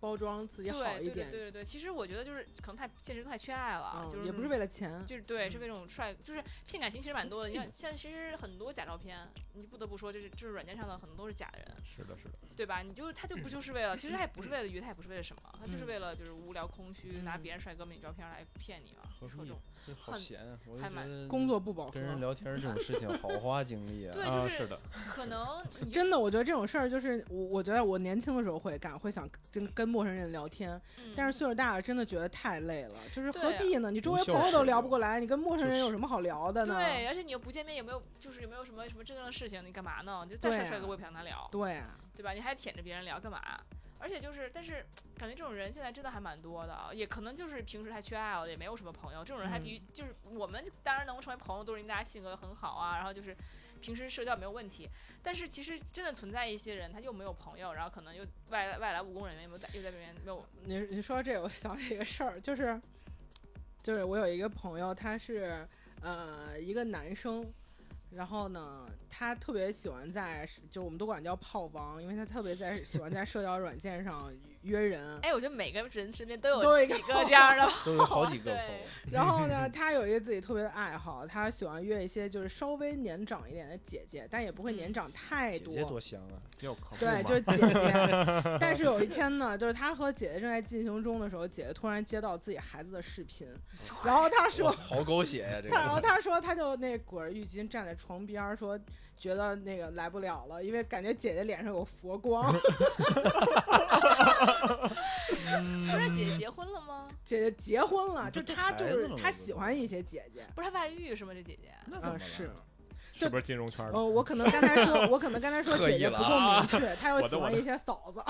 E: 包装自己
B: 对
E: 好一
B: 对对
E: 点
B: 对，对对，其实我觉得就是可能太现实中太缺爱了，
E: 嗯
B: 就是
E: 也不是为了嗯钱。
B: 就是对，是为这种帅，就是骗感情其实蛮多 的。你看，像其实很多假照片，你不得不说，就是就是软件上的很多都是假的人，
F: 是的，是的，
B: 对吧？你就是他就不就是为了，其实他也不是为了娱乐，他也不是为了什么，他就是
E: 嗯
B: 为了就是无聊空虚，拿
E: 嗯
B: 别人帅哥美女照片来骗你嘛，
C: 何
B: 说
C: 必
B: 这种
C: 好
B: 很
C: 闲啊，我就
B: 还
C: 觉
B: 蛮
C: 得
E: 工作不饱和
C: 跟，人聊天儿这种事情，好花精力啊。
B: 对，
F: 啊
B: 就是
F: 的，
B: 可能你就
E: 真的，我觉得这种事儿就是我，我觉得我年轻的时候会干，会想跟跟陌生人聊天，
B: 嗯
E: 但是岁数大了，真的觉得太累了，就是
B: 对啊
E: 何必呢？你周围朋友都聊不过来，你跟陌生人有什么好聊的呢？
B: 对，而且你又不见面，有没有就是有没有什么什么真正的事情？你干嘛呢？你就再
E: 对
B: 帅帅
E: 啊
B: 哥，我也不想跟他聊，
E: 对啊，
B: 对吧？你还舔着别人聊干嘛？啊而且就是，但是感觉这种人现在真的还蛮多的，啊也可能就是平时太缺爱了，也没有什么朋友。这种人还比、
E: 嗯
B: 就是我们当然能够成为朋友，都是因为大家性格很好啊，然后就是平时社交没有问题。但是其实真的存在一些人，他又没有朋友，然后可能又外来外来务工人员，又没有在又在里面没有
E: 你你说这，我想起一个事儿，就是就是我有一个朋友，他是呃一个男生。然后呢，他特别喜欢在，就是我们都管他叫炮王，因为他特别在喜欢在社交软件上约 人。
B: 哎，我觉得每个人身边都有
E: 都有一
B: 几
E: 个
B: 个这样的，
C: 都有好几个朋
B: 对
C: 友，
E: 然后呢，他有一个自己特别的爱好，他喜欢约一些就是稍微年长一点的姐姐，但也不会年长太
C: 嗯姐
E: 多。
C: 姐多香 啊！
F: 只有可不
E: 对，
F: 嘛
E: 就是姐姐。 但是有一天呢，就是他和姐姐正在进行中的时候，姐姐突然接到自己孩子的视频， 然后他说
C: 哇，好狗血呀，这
E: 他然后
C: 个。
E: 他说他就那裹着浴巾站在床边儿说，觉得那个来不了了，因为感觉姐姐脸上有佛 光。
B: 不是姐姐结婚了吗？
E: 姐姐结婚了，就
C: 都
E: 他就
C: 孩子
E: 是
C: 了
E: 他
C: 我
E: 喜
C: 都
E: 欢一些姐姐。
B: 不是她外遇是吗？这姐姐，
E: 那
C: 怎么了
E: 是？
F: 是不是金融圈的？
E: 呃，我可能刚才说，我可能刚才 说
C: 刻
E: 姐
C: 意
E: 姐不
C: 了
E: 够
C: 啊
E: 明确， 她又
F: 我
E: 喜
F: 的我
E: 欢
F: 的
E: 一些嫂子。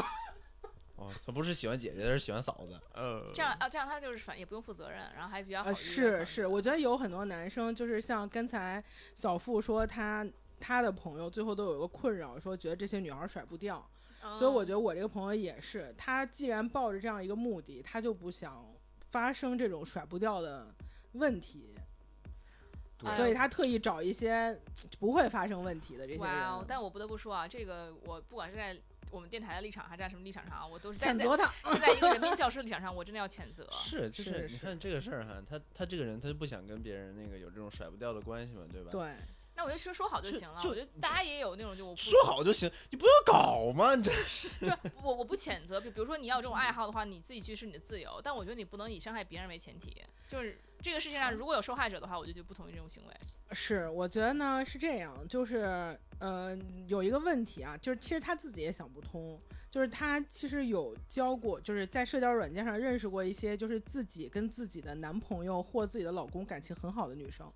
C: 哦，他不是喜欢姐姐，是喜欢嫂子。
F: 呃
B: 这样啊，这样她就是反正也不用负责任，然后还比较好
E: 呃，
B: 约。
E: 是是，我觉得有很多男生就是像刚才小付说他。他的朋友最后都有一个困扰，说觉得这些女孩甩不掉，
B: 嗯，
E: 所以我觉得我这个朋友也是，他既然抱着这样一个目的，他就不想发生这种甩不掉的问题，
B: 哎
E: 所以
B: 呦
E: 他特意找一些不会发生问题的这些
B: 哇哦
E: 人，，
B: 但我不得不说啊，这个我不管是在我们电台的立场，还是在什么立场上啊，我都是站
E: 谴
B: 在
E: 责他。
B: 站 在一个人民教师的立场上，我真的要谴责。
C: 是，就是是你看这个事儿哈，他他这个人他就不想跟别人那个有这种甩不掉的关系嘛，对吧？
E: 对，
B: 那我就说说好就行了，
C: 就
B: 我觉得大家也有那种就我不
C: 说好就行，你不要搞嘛，你这
B: 对，我我不谴责，比比如说你要有这种爱好的话，你自己去是你的自由，但我觉得你不能以伤害别人为前提，就是。这个世界上如果有受害者的话，我就就不同意这种行为。
E: 是，我觉得呢是这样，就是呃，有一个问题啊，就是其实他自己也想不通，就是他其实有交过，就是在社交软件上认识过一些，就是自己跟自己的男朋友或自己的老公感情很好的女生，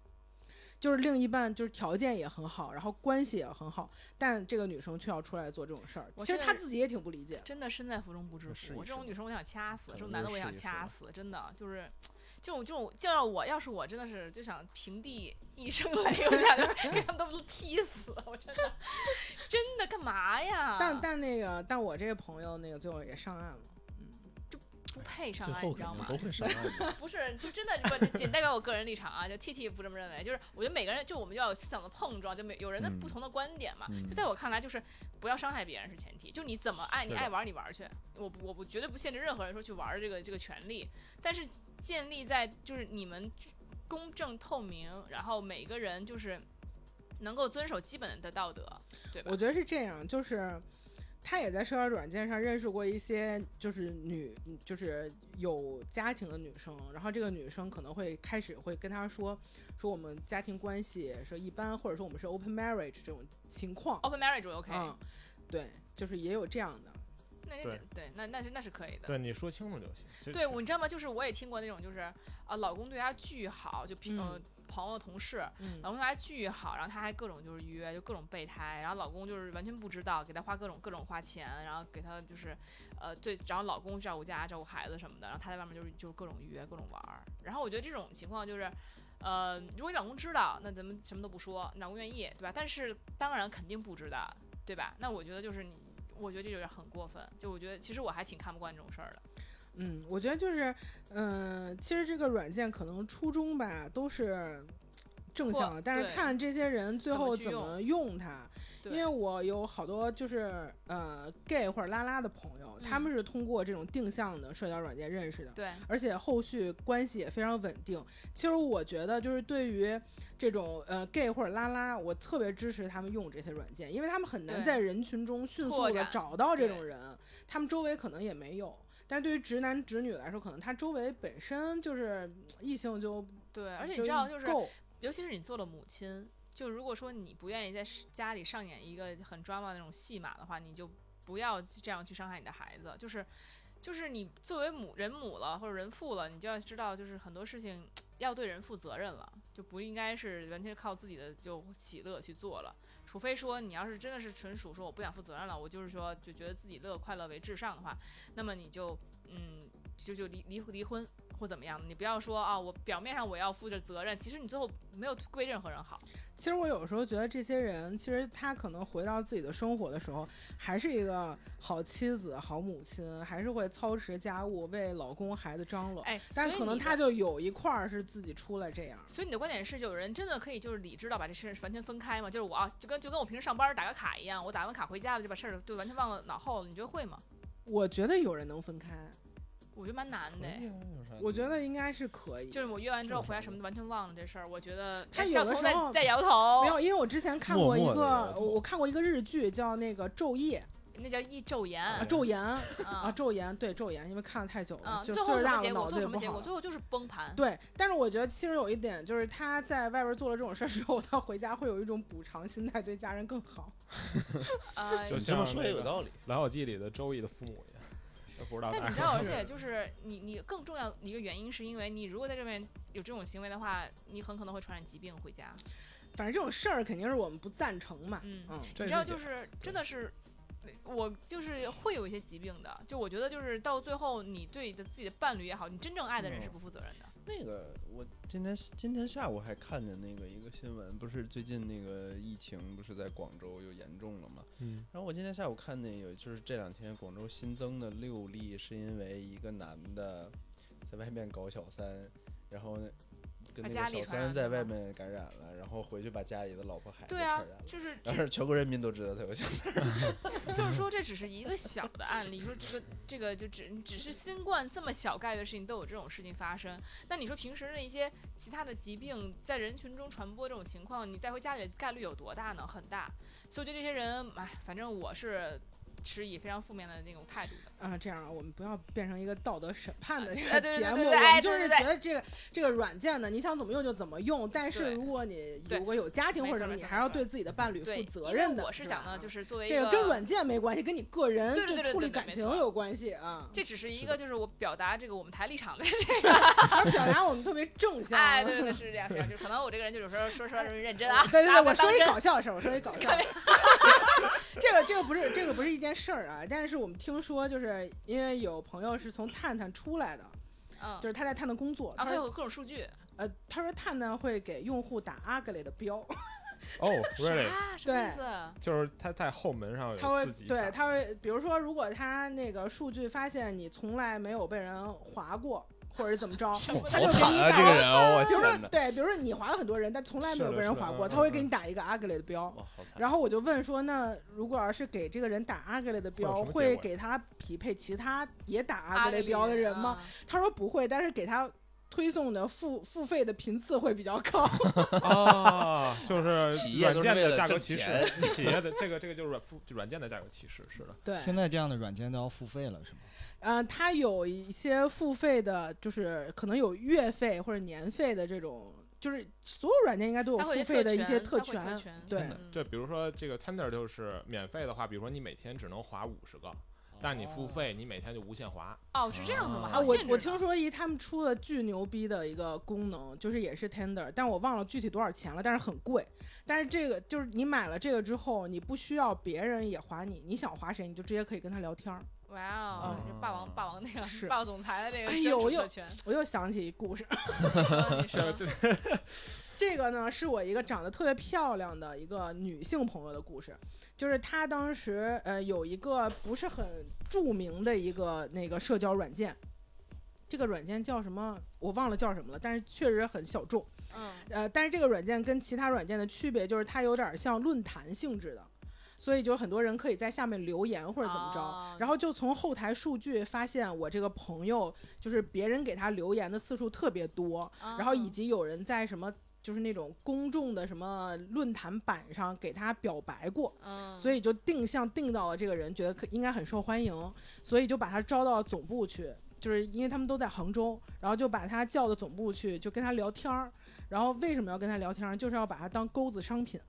E: 就是另一半就是条件也很好，然后关系也很好，但这个女生却要出来做这种事儿，
B: 我
E: 其实
B: 现
E: 他
B: 在
E: 自己也挺不理解。
B: 真的身在福中不知
C: 试
B: 福，
C: 一
B: 我这种
C: 试
B: 女生我想掐死，
C: 可
B: 这种
C: 能就
B: 男的
C: 是
B: 我也想
C: 试一试
B: 掐
C: 吧
B: 死，真的就是，这种这种就要我要是我真的是就想平地一声雷，我想 就给他们都劈死，我真的真的干嘛呀？
E: 但但那个，但我这个朋友那个最后也上岸了，
B: 不配上
D: 最
B: 岸，你
D: 后肯定
B: 知道吗？
D: 都会上岸的。
B: 不是，就真的不是，仅代表我个人立场啊，就 T T 不这么认为，就是我觉得每个人就我们就要有思想的碰撞，就每有人的
C: 嗯
B: 不同的观点嘛。
C: 嗯
B: 就在我看来，就是不要伤害别人是前提，就你怎么爱你
C: 是的
B: 爱玩儿你玩儿去，我不我不绝对不限制任何人说去玩儿这个这个权利，但是建立在就是你们公正透明，然后每个人就是能够遵守基本的道德，对吧
E: 我？觉得是这样，就是他也在社交软件上认识过一些就是女，就是有家庭的女生，然后这个女生可能会开始会跟他说，说我们家庭关系是一般，或者说我们是 open marriage 这种情况。
B: Open marriage 我哦 OK，、
E: 嗯，对，就是也有这样的。
B: 那这
F: 对
B: 对那那是那是可以的。
F: 对，你说清楚就行。这
B: 对，我你知道吗？就是我也听过那种，就是啊，老公对她巨好，就平、呃
E: 嗯
B: 朋友同事，
E: 嗯
B: 老公对她巨好，然后她还各种就是约，就各种备胎，然后老公就是完全不知道，给她花各种各种花钱，然后给她就是，呃，对，然后老公照顾家、照顾孩子什么的，然后她在外面就是就是各种约、各种玩儿。然后我觉得这种情况就是，呃，如果你老公知道，那咱们什么都不说，你老公愿意，对吧？但是当然肯定不知道，对吧？那我觉得就是你，我觉得这有点很过分，就我觉得其实我还挺看不惯这种事儿的。
E: 嗯，我觉得就是，嗯、其实这个软件可能初衷吧都是正
B: 或
E: 向的，但是
B: 对
E: 看这些人最
B: 怎么
E: 后
B: 去
E: 怎
B: 用
E: 么用它。因
B: 对
E: 为我有好多就是呃 gay 或者拉拉的朋友，他
B: 嗯
E: 们是通过这种定向的社交软件认识的。
B: 对，
E: 而且后续关系也非常稳定。其实我觉得，就是对于这种呃 gay 或者拉拉，我特别支持他们用这些软件，因为他们很难
B: 对
E: 在人群中迅速
B: 拓
E: 的
B: 展
E: 找到这种人，他们周围可能也没有。但是对于直男直女来说，可能他周围本身就是异性就，
B: 对，而且你知道，就是
E: 够，
B: 尤其是你做了母亲，就如果说你不愿意在是家里上演一个很 drama 的那种戏码的话，你就不要去这样去伤害你的孩子。就是，就是你作为母人母了或者人父了，你就要知道，就是很多事情要对人负责任了，就不应该是完全靠自己的就喜乐去做了。除非说你要是真的是纯属说我不想负责任了，我就是说就觉得自己乐快乐为至上的话，那么你就嗯就就离离离婚或怎么样，你不要说啊我表面上我要负着责任，其实你最后没有归任何人好。
E: 其实我有时候觉得这些人，其实他可能回到自己的生活的时候，还是一个好妻子、好母亲，还是会操持家务，为老公、孩子张罗。
B: 哎，
E: 但
B: 所以
E: 可能
B: 你的
E: 他就有一块儿是自己出来这样。
B: 所以你的观点是，就有人真的可以就是理智到把这事儿完全分开吗？就是我啊，就跟就跟我平时上班打个卡一样，我打完卡回家了就把事儿就完全忘了脑后了，你觉得会吗？
E: 我觉得有人能分开，
C: 嗯
B: 我觉得蛮难的 哎、
E: 我觉得应该是可以。
B: 就是我约完之后回来什么都完全忘了这事儿，我觉得
E: 他
B: 哎
E: 有
B: 赵
E: 的
B: 彤
E: 时候
B: 在在摇头
E: 没，有，因为我之前看过一
C: 默默地
E: 个
C: 摇，头
E: 我我看过一个日剧叫那个《昼夜》
B: 那叫一昼颜
E: 啊，《
B: 啊
C: 嗯
E: 昼颜》啊，《昼颜》对，《昼颜》，因为看的太久了，
B: 啊！
E: 就
B: 最
E: 岁
B: 后
E: 数
B: 什么
E: 大了，
B: 结果？
E: 脑
B: 最后
E: 子也
B: 什
E: 不
B: 么结
E: 好
B: 果？最
E: 了。
B: 后就是崩盘。
E: 对，但是我觉得其实有一点，就是他在外边做了这种事儿之后，他回家会有一种补偿心态，对家人更好。
B: 呃，
F: 就
C: 你这么
F: 像
C: 说
F: 那
C: 也有
F: 个
C: 道理。
F: 《老友记》里的周易的父母一样，都不知道
B: 但
F: 在
B: 你知道，而
E: 是
B: 且就是你你更重要的一个原因，是因为你如果在这边有这种行为的话，你很可能会传染疾病回家。
E: 反正这种事儿肯定是我们不赞成嘛。
B: 嗯
E: 嗯，
F: 这
B: 你知道，
F: 一点
B: 就是真的是，我就是会有一些疾病的。就我觉得，就是到最后，你对的自己的伴侣也好，你真正爱的人是
C: 嗯
B: 不负责任的。
C: 那个，我今天今天下午还看着那个一个新闻，不是最近那个疫情不是在广州又严重了吗？
D: 嗯，
C: 然后我今天下午看那有，就是这两天广州新增的六例，是因为一个男的在外面搞小三，然后呢跟
B: 把
C: 那
B: 家
C: 个
B: 里
C: 小
B: 传染了
C: 三在外
B: 吗
C: 面感染了，然后回去把家里的老婆孩子
B: 对
C: 传
B: 啊
C: 染了，。
B: 就是
C: 然后全国人民都知道他有小三，
B: 就是说，这只是一个小的案例。说这个这个就只只是新冠这么小概率的事情都有这种事情发生，那你说平时那些其他的疾病在人群中传播这种情况，你带回家里的概率有多大呢？很大。所以我觉得这些人，哎，反正我是持以非常负面的那种态度的。
E: 啊，这样啊，我们不要变成一个道德审判的这
B: 哎
E: 个
B: 对对对
E: 节目，
B: 对
E: 我
B: 对哎
E: 们就
B: 对
E: 是
B: 对对
E: 觉得这个这个软件呢，你想怎么用就怎么用，但是
B: 对
E: 如果你
B: 对
E: 如果有家庭
B: 没
E: 或者
B: 错
E: 什
B: 没
E: 么，你
B: 错
E: 还
B: 没
E: 要
B: 错
E: 对自己的伴侣
B: 对，
E: 负责
B: 因
E: 任
B: 为
E: 的，
B: 我是想
E: 吧啊
B: 呢，就是作为
E: 这
B: 一
E: 个跟软件没关系，跟你个人
B: 对对对对
E: 处理
B: 对
E: 感
B: 没
E: 情
B: 错
E: 有关系啊。
B: 这只是一
C: 是
B: 个，
C: 的
B: 就是我表达这个我们台立场的 这
E: 他表达我们特别正
B: 个，
E: 向啊。，
B: 哎，对对对，是这样，是这样，就可能我这个人就有时候说说容易认真啊
E: 对
B: 大
E: 对
B: 家
E: 对，
B: 不要
E: 我说
B: 当
E: 一
B: 真
E: 搞笑的事儿，我说 一搞笑 的事儿。这个这个不是这个不是一件事儿啊，但是我们听说，就是因为有朋友是从探探出来的，
B: 嗯，
E: 就是他在探探工作，
B: 啊，
E: 他
B: 它
E: 说
B: 有各种数据，
E: 呃，他说探探会给用户打阿格雷的标，
F: 哦，really，
B: 啥？什么意思？啊
F: 就是他在后门上
E: 啊他
F: 有
E: 会
F: 自己
E: 对
F: 打
E: 他会，比如说如果他那个数据发现你从来没有被人划过，或者怎么着，
B: 什么
E: 他
D: 好
E: 就给
D: 惨
E: 你
D: 啊，
E: 打
D: 这个人，
C: 哦
D: 我
E: 比如说
D: 天哪，
E: 对，比如说你划了很多人，但从来没有被人划过，
F: 是的是嗯的
E: 他会给你打一个阿格雷的标。
C: 哇，哦好惨！
E: 然后我就问说，那如果要是给这个人打阿格雷的
F: 会
E: 标，
F: 有什么结果
E: 会
F: 呀
E: 给他匹配其他也打阿
B: 阿
E: 格雷标的人吗？
B: 啊？
E: 他说不会，但是给他推送的付付费的频次会比较 高。
F: 啊，就是
D: 企业
F: 软
D: 都是
F: 件
D: 为
F: 的
D: 了
F: 价格
D: 挣
F: 歧视
D: 钱，
F: 企业的 这个这个就是软付软件的价格歧视，是的，
E: 对
G: 现在这样的软件都要付费了，是吗？
E: 嗯，它有一些付费的，就是可能有月费或者年费的这种，就是所有软件应该都有
B: 它会
E: 付
B: 有
E: 费的一些
B: 特
E: 权。
B: 它会特权
E: 对
B: 嗯
F: 哦就比如说这个 Tinder 就是免费的话，比如说你每天只能划五十个，但是你付 费，你每天就无限滑。
B: 哦，是这样的吗？还
E: 啊，
B: 有
E: 我
B: 限制
E: 我
B: 的
E: 听说一他们出了巨牛逼的一个功能，就是也是 Tender，但我忘了具体多少钱了，但是很贵。但是这个就是你买了这个之后，你不需要别人也划你，你想划谁你就直接可以跟他聊天儿。
B: 哇哦，这霸王霸王那个
E: 嗯 是
B: 霸王总裁的这个专
E: 哎呦
B: 属
E: 我又啊
B: 特 权，嗯
E: 我又想起一故事，
B: 你说你
F: 这
B: 说
F: 这
E: 这个呢是我一个长得特别漂亮的一个女性朋友的故事，就是她当时呃有一个不是很著名的一个那个社交软件，这个软件叫什么我忘了叫什么了，但是确实很小众。
B: 嗯，
E: 呃，但是这个软件跟其他软件的区别就是它有点像论坛性质的，所以就很多人可以在下面留言或者怎么着，
B: 哦
E: 然后就从后台数据发现我这个朋友就是别人给他留言的次数特别多，然
B: 嗯
E: 后以及有人在什么。就是那种公众的什么论坛版上给他表白过，
B: 嗯，
E: 所
B: 以
E: 以就定向定到了这个人，觉得可应该很受欢迎，所以就把他招到总部去，就是因为他们都在杭州，然后就把他叫到总部去，就跟他聊天儿。然后为什么要跟他聊天儿？就是要把他当钩子商品，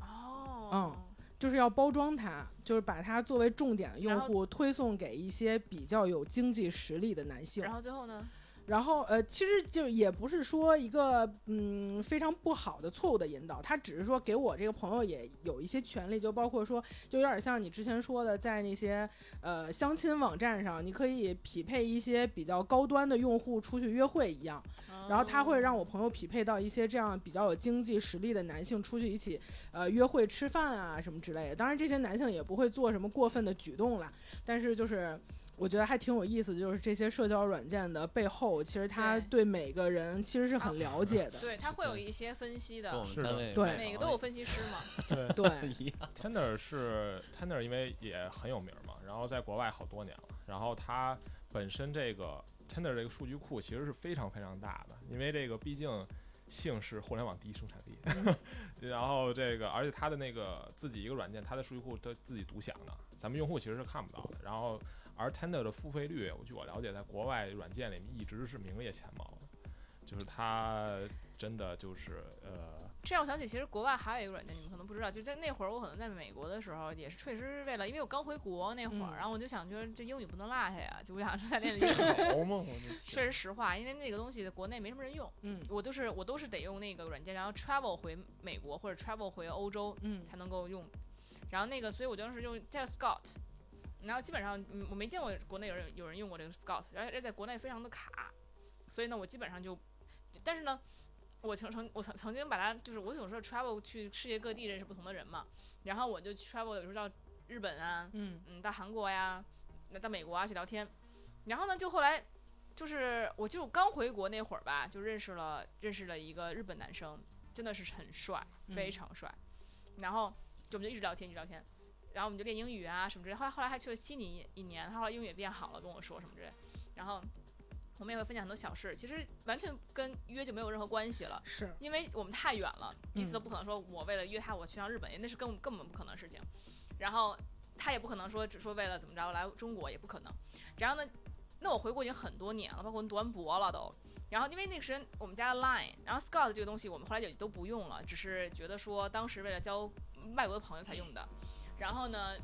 E: 嗯
B: 哦，
E: 就是要包装他，就是把他作为重点用
B: 然后
E: 户推送给一些比较有经济实力的男性
B: 然。后最后呢？
E: 然后呃，其实就也不是说一个嗯非常不好的错误的引导，他只是说给我这个朋友也有一些权利，就包括说，就有点像你之前说的，在那些呃相亲网站上，你可以匹配一些比较高端的用户出去约会一样。
B: 哦
E: 然后他会让我朋友匹配到一些这样比较有经济实力的男性出去一起呃约会、吃饭啊什么之类的。当然，这些男性也不会做什么过分的举动啦，但是就是。我觉得还挺有意思，就是这些社交软件的背后，其实他对每个人其实是很了解的。
B: 嗯对他会有一些分析
D: 跟我
B: 的，
D: 们
F: 是的
D: 单位
E: 对
B: 每个都有分析师嘛。
F: 对
E: 对，
D: 一样，
F: Tender 是 Tender，因为也很有名嘛，然后在国外好多年了。然后它本身这个 Tender 这个数据库其实是非常非常大的，因为这个毕竟性是互联网第一生产力， 然后这个而且它的那个自己一个软件，它的数据库都自己独享的，咱们用户其实是看不到的。然后而 Tender 的付费率，我据我了解，在国外软件里面一直是名列前茅的，就是它真的就是呃。
B: 这让我想起，其实国外还有一个软件，你们可能不知道，就在那会儿，我可能在美国的时候，也是确实是为了，因为我刚回国那会儿，
E: 嗯
B: 然后我就想觉得这英语不能落下呀，就我想说再 练练英语。
D: 好嘛，我
B: 确实实话，因为那个东西国内没什么人用，
E: 嗯
B: 我都是我都是得用那个软件，然后 travel 回美国或者 travel 回欧洲
E: 嗯，
B: 才能够用。然后那个，所以我当时用叫 Scott，然后基本上嗯我没见过国内有人有人用过这个 Scott，而且在国内非常的卡，所以呢，我基本上就，但是呢，我曾曾我曾曾经把它就是我总是 travel 去世界各地认识不同的人嘛，然后我就 travel 有时候到日本啊，
E: 嗯
B: 嗯，到韩国呀，那到美国啊去聊天，然后呢，就后来就是我就刚回国那会儿吧，就认识了认识了一个日本男生，真的是很帅，非
E: 嗯
B: 常帅，然后就我们就一直聊天，一直聊天。然后我们就练英语啊什么之类，后来后来还去了悉尼一年，他后来英语也变好了，跟我说什么之类，然后我们也会分享很多小事，其实完全跟约就没有任何关系了，
E: 是，
B: 因为我们太远了，彼此都
E: 嗯
B: 不可能说我为了约他我去趟日本，那是根本根本不可能的事情。然后他也不可能说只说为了怎么着来中国也不可能。然后呢，那我回国已经很多年了，包括我读完博了都。然后因为那个时间我们家的 Line，然后 Scout 这个东西我们后来也都不用了，只是觉得说当时为了交外国的朋友才用的。然后呢，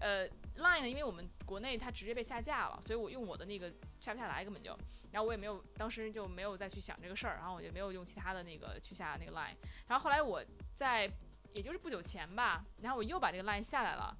B: 呃，Line 呢，因为我们国内它直接被下架了，所以我用我的那个下不下来根本就，然后我也没有当时就没有再去想这个事儿，然后我也没有用其他的那个去下那个 Line，然后后来我在也就是不久前吧，然后我又把这个 Line 下来了，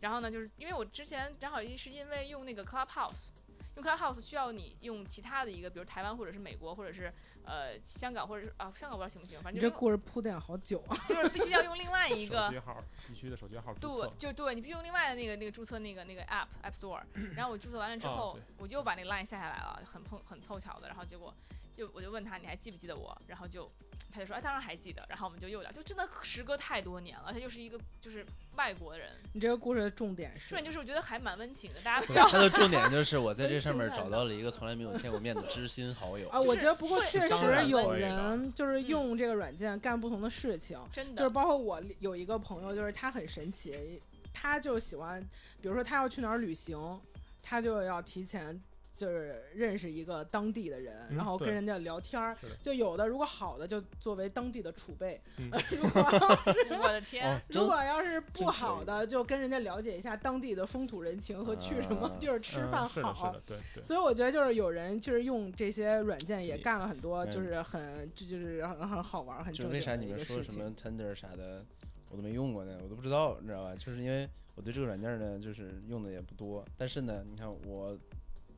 B: 然后呢，就是因为我之前正好是因为用那个 Clubhouse。用 Clubhouse 需要你用其他的一个，比如台湾或者是美国，或者是呃香港，或者是啊香港我不知道行不行，反
E: 你
B: 正
E: 这
B: 就用
E: 故事铺垫好久啊。
B: 就是必须要用另外一个
F: 手机号必须的手机号注
B: 对
F: 册，，
B: 就对你必须用另外的那个那个注册那个那个 app app store，然后我注册完了之
F: 啊
B: 后，
F: 对
B: 我就把那个 line 下下来了，很碰很凑巧的，然后结果就我就问他你还记不记得我，然后就他就说哎当然还记得，然后我们就又聊，就真的时隔太多年了，他又是一个就是外国人，
E: 你这个故事的重点是
B: 重点就是我觉得还蛮温情的，大家 不
D: 对
B: 要
D: 他的重点就是我在这上面找到了一个从来没有见过面的知心好 友
C: 哦
E: 啊，，
B: 就
E: 我
B: 是
E: 觉得不过
B: 会
E: 确
F: 当然
E: 实有
F: 会的
E: 人就是
B: 嗯
E: 用这个软件干不同的事情。
B: 真
E: 就是
B: 的
E: 包括我有一个朋友，就是他很神奇，他就喜欢，比如说他要去哪儿旅行，他就要提前就是认识一个当地的人，
F: 嗯
E: 然后跟
F: 对
E: 人家聊天儿
F: 是的。
E: 就有的如果好的，就作为当地的储备；呃
F: 嗯
E: 如 果
B: 我的天
D: 哦，，真
E: 如果要是
D: 真
E: 不
D: 可
E: 好
D: 以
E: 的，就跟人家了解一下当地的风土人情和去什么
C: 啊
E: 地儿吃
F: 嗯
E: 饭
F: 是的，是
E: 好。
F: 的，对对。
E: 所以我觉得就是有人就是用这些软件也
C: 对
E: 干了很多，
C: 嗯
E: 就是很这就是很很好玩儿、很
C: 就
E: 正
C: 是为
E: 经
C: 啥
E: 的
C: 你
E: 一
C: 们
E: 个
C: 说
E: 事
C: 什
E: 情。
C: 么 Tender 啥的，我都没用过呢，我都不知道，你知道吧？就是因为我对这个软件呢，就是用的也不多。但是呢，你看我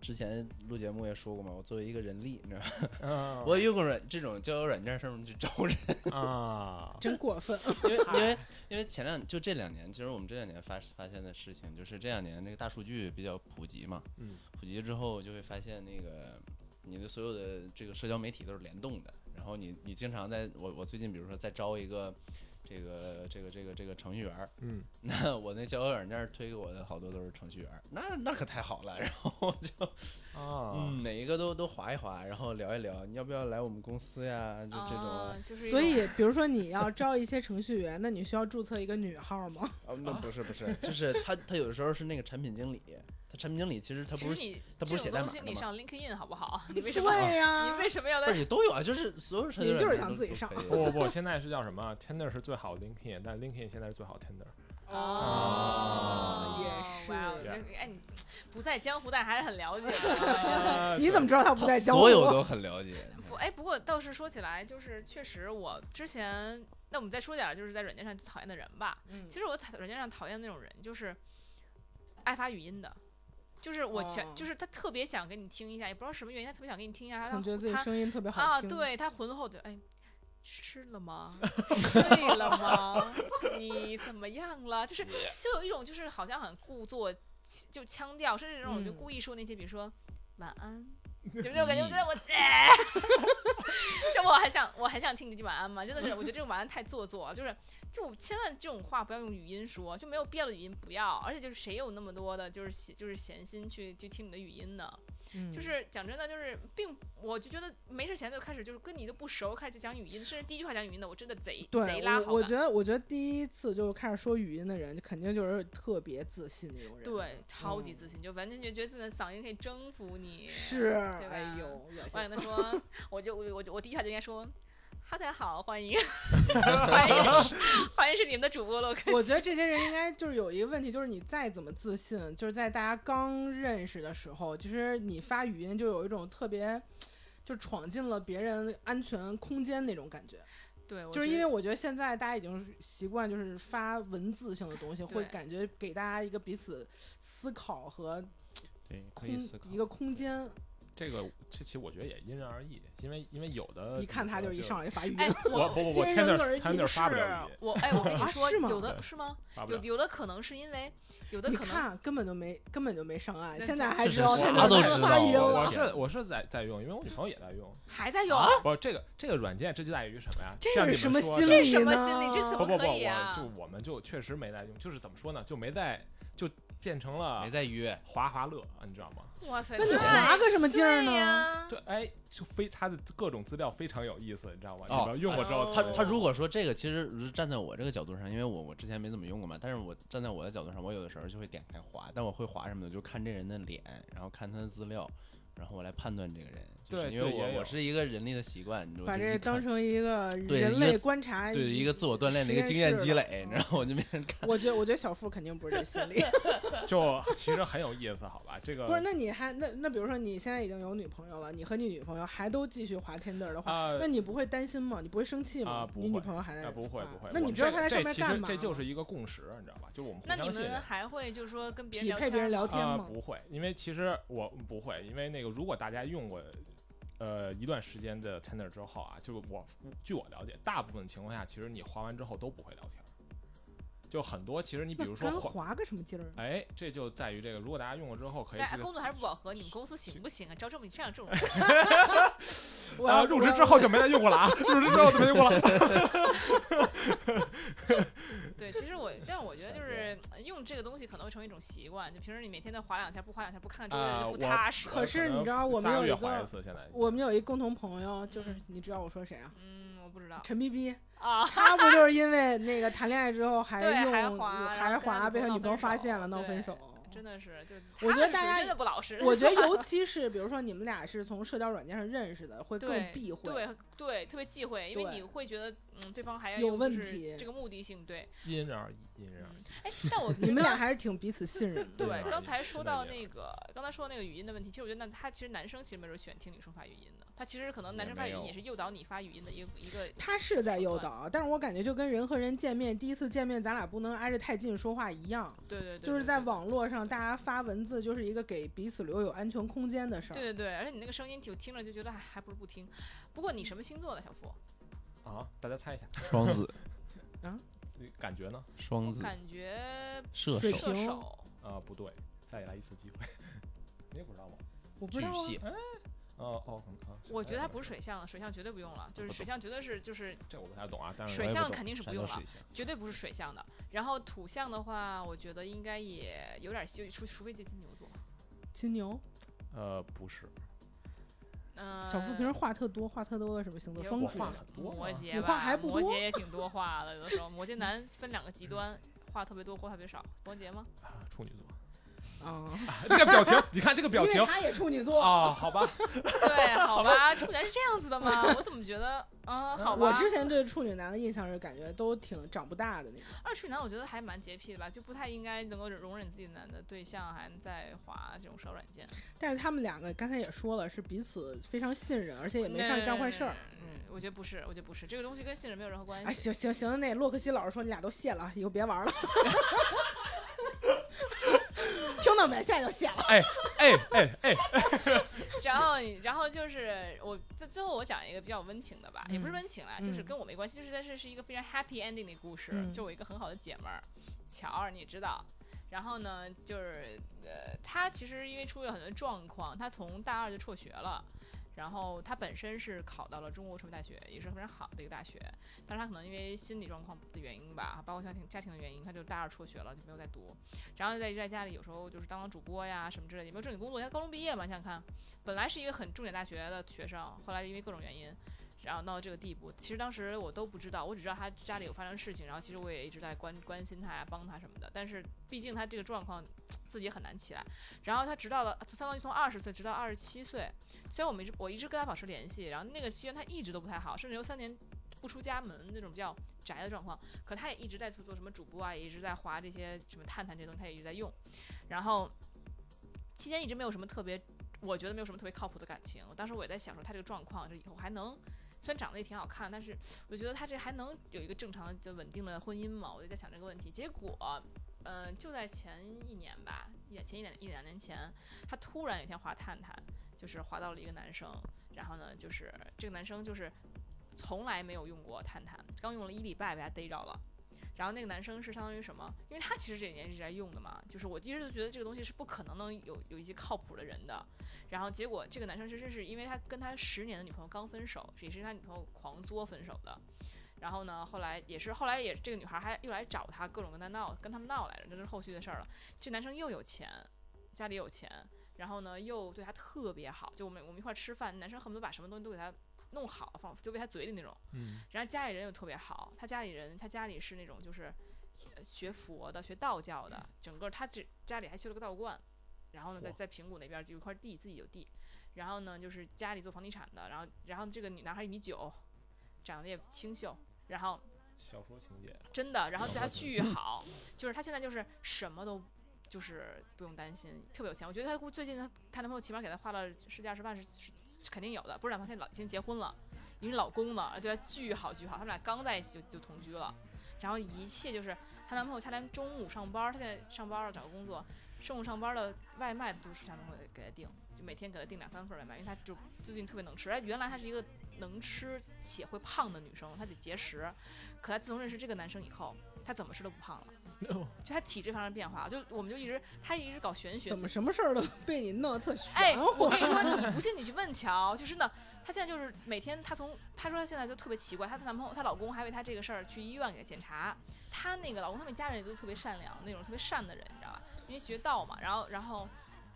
C: 之前录节目也说过嘛，我作为一个人力，你知道吧，
F: 啊
C: 我也用过软这种交友软件上面去找人，
F: 啊，
E: 真过分！
C: 因为 因为因为前两就这两年，其实我们这两年发发现的事情，就是这两年那个大数据比较普及嘛，
F: 嗯，
C: 普及之后就会发现那个你的所有的这个社交媒体都是联动的，然后你你经常在我我最近比如说在招一个这个这个这个这个程序员儿，
F: 嗯，
C: 那我那交友软件儿推给我的好多都是程序员儿，那那可太好了，然后就
F: 啊，
C: 嗯每一个都都划一划，然后聊一聊，你要不要来我们公司呀？就这种啊
B: 啊，就是
E: 所
B: 一种
E: 以，比如说你要招一些程序员，那你需要注册一个女号吗？
C: 啊，那不是不是， 就是他他有的时候是那个产品经理，他产品经理其实他
B: 其
C: 不
B: 实
C: 是
B: 你
C: 他不是
B: 这
C: 写
B: 种
C: 代
B: 东
C: 码
B: 西
C: 的
B: 你
C: 吗？啊
B: 上 LinkedIn 好不好？ 你为什么？
E: 对呀、
B: 你为什么要
C: 不
B: 在
C: 是也都有啊，就是所有产
E: 你
C: 品
E: 就是想自己上
F: 不不，现在是叫什么？Tender 是最好的 LinkedIn，但 LinkedIn 现在是最好的 Tender。
E: 也
B: 哇哦
E: 是
B: 那哎，你不在江湖，但还是很了解的。
E: 你怎么知道他不在江湖？
C: 所 有都很了解。
B: 不，哎，不过倒是说起来，就是确实我之前，那我们再说点儿就是在软件上讨厌的人吧。
E: 嗯
B: 其实我讨软件上讨厌那种人，就是爱发语音的，就是我全、
E: 哦
B: 就是他特别想给你听一下，也不知道什么原因，他特别想给你听一下，
E: 可
B: 他
E: 能觉得自己
B: 他
E: 声音特别好
B: 啊，
E: 听。，
B: 对他浑厚的哎。吃了吗？ 睡了吗？你怎么样了？就是就有一种就是好像很故作其就腔调，甚至这种就
E: 嗯
B: 故意说那些，比如说晚安，有没有感觉？我觉得我，就我还想我还想听你这句晚安吗？真的是，我觉得这种晚安太做作，就是就千万这种话不要用语音说，就没有必要的语音不要，而且就是谁有那么多的就是闲就是闲心去去听你的语音呢？
E: 嗯
B: 就是讲真的，就是并我就觉得没事前就开始就是跟你都不熟，开始就讲语音，甚至第一句话讲语音的，我真的贼贼
E: 对
B: 拉，
E: 我
B: 好
E: 我
B: 感
E: 觉。得，我觉得第一次就开始说语音的人，就肯定就是特别自信那种人。
B: 对，超级
E: 嗯
B: 自信，就完全觉觉得自己的嗓音可以征服你。
E: 是，
B: 对吧
E: 哎呦，恶
B: 我
E: 心
B: 想跟他 说，我就我就我第一句话就应该说：“哈，大家好，欢 迎，欢迎是，欢迎是你们的主播洛克。”
E: 我觉得这些人应该就是有一个问题，就是你再怎么自信，就是在大家刚认识的时候，其实你发语音就有一种特别，就闯进了别人安全空间那种感觉。
B: 对，我
E: 就是
B: 觉
E: 因为
B: 得
E: 我觉得现在大家已经是习惯就是发文字性的东西，
B: 对
E: 会感觉给大家一个彼此思考和
C: 对，可以
E: 空
C: 思考
E: 一。个空间。
F: 这个这其实我觉得也因人而异，因为因为有的
C: 呃
E: 一看他就
F: 就是
E: 一上来发语 音，
B: 哎，
F: 我
B: 我
F: 不不不
E: 因人而
F: ，Tender
E: 异
F: Tender 发不了语
B: 是
F: 音，
B: 我哎，我跟你说，
E: 啊是吗
B: 有的
F: 对
B: 是吗？
F: 发不
B: 有
F: 了。
B: 有的可能是因为有的
E: 你
B: 可能
E: 看根本就没根本就没上岸，
B: 那
E: 现
B: 就
E: 在还
C: 这
E: 知
C: 是
E: 道
C: 啥
E: 他
C: 都知
E: 发
C: 道
E: 音
C: 我
E: 了。啊
F: 我是我是在在用，因为我女朋友也在用。
B: 还在用，
F: 不，这个这个软件这就在于什么呀？
E: 这
F: 像
E: 有
F: 你
E: 什
F: 们
E: 么心
F: 说的
E: 理
B: 这什么心理？
E: 呢
B: 这怎
F: 不
B: 么
F: 不不，
B: 可以
F: 我
B: 啊？
F: 就我们就确实没在用，就是怎么说呢，就没在就变成了
C: 啊没在约，
F: 滑滑乐，啊你知道吗？
B: 哇塞，
E: 那你
B: 太
E: 划个什么劲儿呢
B: 对呀
F: 对，哎，就非它的各种资料非常有意思，你知道吗？你
C: 哦
F: 们用过之后
B: 哦
F: 才
C: 他
F: 知道，
C: 他如果说这个，其实站在我这个角度上，因为我我之前没怎么用过嘛，但是我站在我的角度上，我有的时候就会点开滑，但我会滑什么的，就看这人的脸，然后看他的资料，然后我来判断这个人，就是
F: 对
C: 因为
F: 对也
C: 我
F: 有
C: 我是一个人力的习惯，你知道吗？
E: 把
C: 就
E: 这
C: 一
E: 当
C: 看
E: 成一个
C: 对
E: 人
C: 一
E: 类
C: 个
E: 观察，
C: 对一个自我锻炼的一个
E: 实验
C: 经验
E: 室
C: 积
E: 了
C: 累，你知道吗？我就变成看
E: 我觉得，我觉得小付肯定不是这心理。
F: 就其实很有意思，好吧？这个
E: 不是，那你还那那，比如说你现在已经有女朋友了，你和你女朋友还都继续滑 Tinder 的话，
F: 啊，
E: 那你不会担心吗？你不会生气
F: 啊
E: 吗？
F: 不
E: 你女
F: 会
E: 朋友还在
F: 啊，不会
E: 滑
F: 不会。
E: 那你
F: 我们
E: 知道
F: 这
E: 他在上
F: 这
E: 面
F: 其实
E: 干嘛？
F: 这就是一个共识，你知道吧？就是我们互
B: 那你
F: 相信
B: 们
F: 任。
B: 还会就是说跟别人
E: 匹
B: 聊
E: 配别人聊
B: 吗
E: 天
F: 啊、
E: 吗？
F: 不会，因为其实我嗯不会，因为那个如果大家用过，呃，一段时间的 Tender 之后啊，就是我据我了解，大部分情况下，其实你划完之后都不会聊天儿，就很多其实你比
E: 那
F: 如说
E: 干
F: 换，
E: 滑个什么劲 儿？啊
F: 哎，这就在于这个，如果大家用过之后可以
B: 大
F: 去
B: 家工作还是不饱和，你们公司行不行啊？招这么这样这种人，
E: 我
F: 啊，
E: 要
F: 入职之后就没再用过了啊，入职之后就没用过了。
B: 对，其实我，但我觉得就是呃用这个东西可能会成为一种习惯，就平时你每天再划两下，不划两下，不看看周围的人
F: 啊
B: 就不
F: 我
B: 踏实。
E: 可是你知道我们
F: 仨
E: 有一
F: 月
E: 个
F: 怀一次，现在
E: 我们有一共同朋友，就是
B: 嗯
E: 你知道我说谁啊？
B: 嗯，我不知道
E: 陈 逼逼，
B: 啊，
E: 他不就是因为那个谈恋爱之后还
B: 对还
E: 用
B: 滑然后
E: 还
B: 跟他
E: 滑
B: 女
E: 被他
B: 朋友
E: 女朋
B: 闹分
E: 友发
B: 手
E: 现了闹
B: 对
E: 分手？
B: 真的是就
E: 我
B: 他
E: 觉得
B: 们
E: 大
B: 是
E: 家
B: 真的不老实，
E: 我觉得尤其是比如说你们俩是从社交软件上认识的，会更
B: 对
E: 避讳。
B: 对对特别忌讳，因为
E: 对
B: 你会觉得嗯对方还要
E: 有
B: 用
E: 问
B: 就是
E: 题
B: 这个目的性对。
F: 因人而异，因人而异。
B: 嗯哎，但我
E: 你们俩
B: 还。
E: 还是挺彼此信任的。
B: 对
F: 对，
B: 刚才说
F: 是的
B: 到
F: 这
B: 那个，刚才说到那个语音的问题，其实我觉得那他其实男生其实没准喜欢听女生发语音的，他其实可能男
C: 也
B: 生发
C: 没
B: 语音
C: 有
B: 也是诱导你发语音的一个一个。
E: 他是在诱，导，啊但是我感觉就跟人和人见面第一次见面，咱俩不能挨着太近说话一样，
B: 对对对，
E: 就是
B: 对
E: 在
B: 对
E: 网络上，大家发文字就是一个给彼此留有安全空间的事
B: 对
E: 儿。
B: 对对，而且你那个声音，就听着就觉得哎还还不如不听。不过你什么星座的，小付？
F: 啊，大家猜一下，
C: 双子，
F: 感觉呢？
C: 双
B: 我
C: 子，
B: 感觉
C: 射
E: 水
C: 手，
B: 射
E: 瓶
B: 手，
F: 啊，不对，再给他一次机会。 你也不知道吗？
E: 我不
C: 巨
E: 知道啊，
B: 哎
C: 蟹，
F: 哦哦，可能啊。
B: 我觉得他不
F: 是，
B: 是水象的，水象绝对不用了，就是
F: 不
B: 水
F: 懂
B: 象绝对是就是
F: 这我不太懂啊。但是
B: 水
F: 我也
B: 象
F: 不懂
B: 肯定是不
C: 山
B: 用
C: 东
B: 了
C: 水，象，
B: 绝对不是水象的。然后土象的话，我觉得应该也有点稀有，除除非就金牛座。
E: 金牛。
F: 呃，不是，
B: 嗯、
E: 小付平时话特多，话特多的什么星座？
B: 也
E: 双
F: 我
E: 子。
F: 话很多
B: 摩
F: 吗，
B: 羯
E: 你
B: 吧，
E: 话还不
B: 摩
E: 多
B: 羯也挺多话的，有的时候摩羯男分两个极端，话特别多，话特别少。摩羯吗？
F: 啊处女座。
E: 啊，
F: 这个表情，你看这个表
E: 因
F: 情
E: 为他也处女座。
F: 啊，好吧，
B: 对，好吧，处男是这样子的吗？我怎么觉得，嗯，好吧。
E: 我之前对处女男的印象是感觉都挺长不大的那种。
B: 二处男，我觉得还蛮洁癖的吧，就不太应该能够容忍自己男的对象还在滑这种烧软件，
E: 但是他们两个刚才也说了，是彼此非常信任，而且也没上去干坏事儿。
B: 嗯，我觉得不是，我觉得不是，这个东西跟信任没有任何关
E: 啊，
B: 系。
E: 行行行，那洛克希老师说你俩都谢了啊，以后别玩了。听到没？现在就谢了。
F: 哎哎哎，
B: 然后，然后就是我最最后我讲一个比较温情的吧，也不是
E: 嗯
B: 温情啦，就是
E: 嗯
B: 跟我没关系，就是但是是一个非常 happy ending 的故事。
E: 嗯
B: 就我一个很好的姐们儿，乔儿，你也知道。然后呢，就是呃，她其实因为出了很多状况，她从大二就辍学了。然后她本身是考到了中国传媒大学，也是非常好的一个大学，但是她可能因为心理状况的原因吧，包括家庭家庭的原因，她就大二辍学了，就没有再读。然后在在家里有时候就是当当主播呀什么之类的，也没有正经工作。她高中毕业嘛，你想想看，本来是一个很重点大学的学生，后来因为各种原因，然后闹到这个地步。其实当时我都不知道，我只知道他家里有发生事情，然后其实我也一直在关关心他呀、帮他什么的。但是毕竟他这个状况自己也很难起来。然后他直到了，相当于从二十岁直到二十七岁，虽然我们一直我一直跟他保持联系，然后那个期间他一直都不太好，甚至有三年不出家门那种比较宅的状况。可他也一直在做做什么主播啊，也一直在划这些什么探探这些东西，他也一直在用。然后期间一直没有什么特别，我觉得没有什么特别靠谱的感情。我当时我也在想说，他这个状况，这以后还能。虽然长得也挺好看，但是我觉得他这还能有一个正常的、就稳定的婚姻吗？我就在想这个问题。结果，嗯、就在前一年吧，也前一两一两年前，他突然有一天滑探探，就是滑到了一个男生，然后呢，就是这个男生就是从来没有用过探探，刚用了一礼拜被他逮着了。然后那个男生是相当于什么？因为他其实这几年一直在用的嘛，就是我一直就觉得这个东西是不可能能有有一些靠谱的人的。然后结果这个男生是真是因为他跟他十年的女朋友刚分手，也是因为他女朋友狂作分手的。然后呢，后来也是后来也这个女孩还又来找他，各种跟他闹，跟他们闹来着，这是后续的事儿了。这男生又有钱，家里有钱，然后呢又对他特别好，就我们我们一块儿吃饭，男生恨不得把什么东西都给他弄好，放就喂他嘴里那种。
F: 嗯，
B: 然后家里人又特别好，他家里人他家里是那种就是呃学佛的、学道教的，整个他这家里还修了个道观，然后呢在
F: 嚯
B: 在平谷那边就有一块地，自己有地，然后呢就是家里做房地产的，然后然后这个女男孩一米九，长得也清秀，然后
F: 小说情节，
B: 真的，然后
F: 小
B: 对他
F: 孩子
B: 巨好，就是他现在就是什么都就是不用担心，特别有钱。我觉得他估最近他她男朋友起码给他花了十几二十万是是是肯定有的，不是哪怕他老已经结婚了，已经是老公了，而且对他巨好巨好，他们俩刚在一起就就同居了，然后一切就是她男朋友，她连中午上班，她现在上班了找个工作，中午上班的外卖都是她男朋友给她订，就每天给她订两三份外卖，因为她就最近特别能吃。哎，原来她是一个能吃且会胖的女生，她得节食，可她自从认识这个男生以后，她怎么吃都不胖了，就她体质发生变化，就我们就一直她一直搞玄学，
E: 怎么什么事儿都被你弄得特玄
B: 哎，
E: 乎
B: 我跟你 说，你不信你去问乔，就真的，她现在就是每天，她从她说她现在就特别奇怪，她的男朋友、她老公还为她这个事儿去医院给检查。她那个老公他们家人也都特别善良，那种特别善的人，你知道吧？因为学道嘛，然后然后。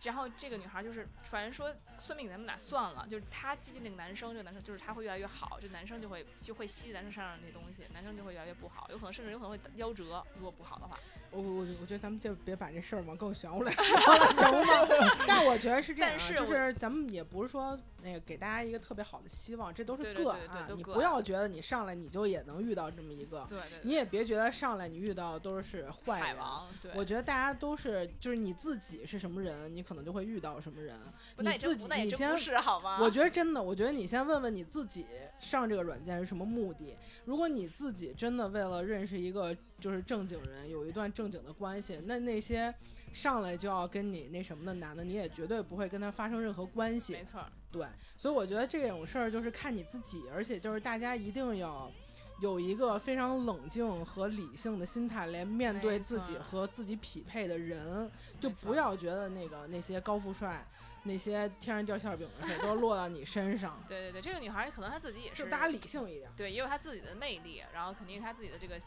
B: 然后这个女孩就是，反正说算命给他们俩算了，就是她接近那个男生，这个男生就是他会越来越好，这男生就会就会吸男生身上的那些东西，男生就会越来越不好，有可能甚至有可能会夭折，如果不好的话。
E: 我我我觉得咱们就别把这事儿往更玄乎来说 了，行吗？但我觉得是这样啊，
B: 但是
E: 就
B: 我
E: 是咱们也不是说那个给大家一个特别好的希望，这都是
B: 对对
E: 个案，啊
B: 对对都
E: 你
B: 个
E: 不
B: 案
E: 要觉得你上来你就也能遇到这么一个，
B: 对对，
E: 你也别觉得上来你遇到都是坏
B: 海
E: 人。
B: 王，对，
E: 我觉得大家都是，就是你自己是什么人，你可能就会遇到什么人。
B: 不那
E: 你
B: 也真
E: 自
B: 不
E: 己
B: 那也
E: 你
B: 真
E: 先
B: 不是好吗？
E: 我觉得真的，我觉得你先问问你自己上这个软件是什么目的。如果你自己真的为了认识一个就是正经人，有一段正经的关系，那那些上来就要跟你那什么的男的，你也绝对不会跟他发生任何关系
B: 没。错儿，
E: 对，所以我觉得这种事儿就是看你自己，而且就是大家一定要。有一个非常冷静和理性的心态来面对
B: 没
E: 自己
B: 错
E: 和自己匹配的人，就
B: 没错
E: 不要觉得那个那些高富帅、那些天上掉馅儿饼的事儿都落到你身上。
B: 对对对，这个女孩儿可能她自己也
E: 就是大家理性一点。
B: 对，也有她自己的魅力，然后肯定她自己的这个。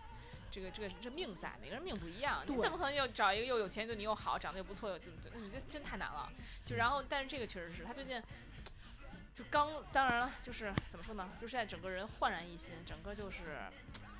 B: 这个这个这命在，每个人命不一样，你
E: 对
B: 怎么可能又找一个又有钱对你又好，长得又不错又就就就真太难了。
E: 嗯
B: 就然后，但是这个确实是她最近就刚，当然了，就是怎么说呢，就是现在整个人焕然一新，整个就是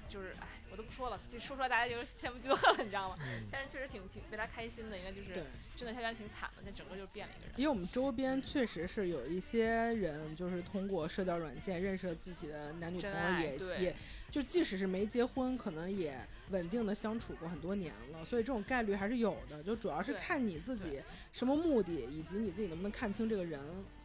B: 就是哎，我都不说了，这说出来大家就是羡慕嫉妒恨了，你知道吗？但是确实挺挺为她开心的，应该就是
E: 嗯对
B: 真的她原来挺惨的，但整个就变了一个人。
E: 因为我们周边确实是有一些人，就是通过社交软件认识了自己的男女朋
B: 真
E: 友
B: 爱
E: 也，也
B: 对
E: 就即使是没结婚，可能也稳定的相处过很多年了，所以这种概率还是有的。就主要是
B: 对
E: 看你自己什么目的，以及你自己能不能看清这个人。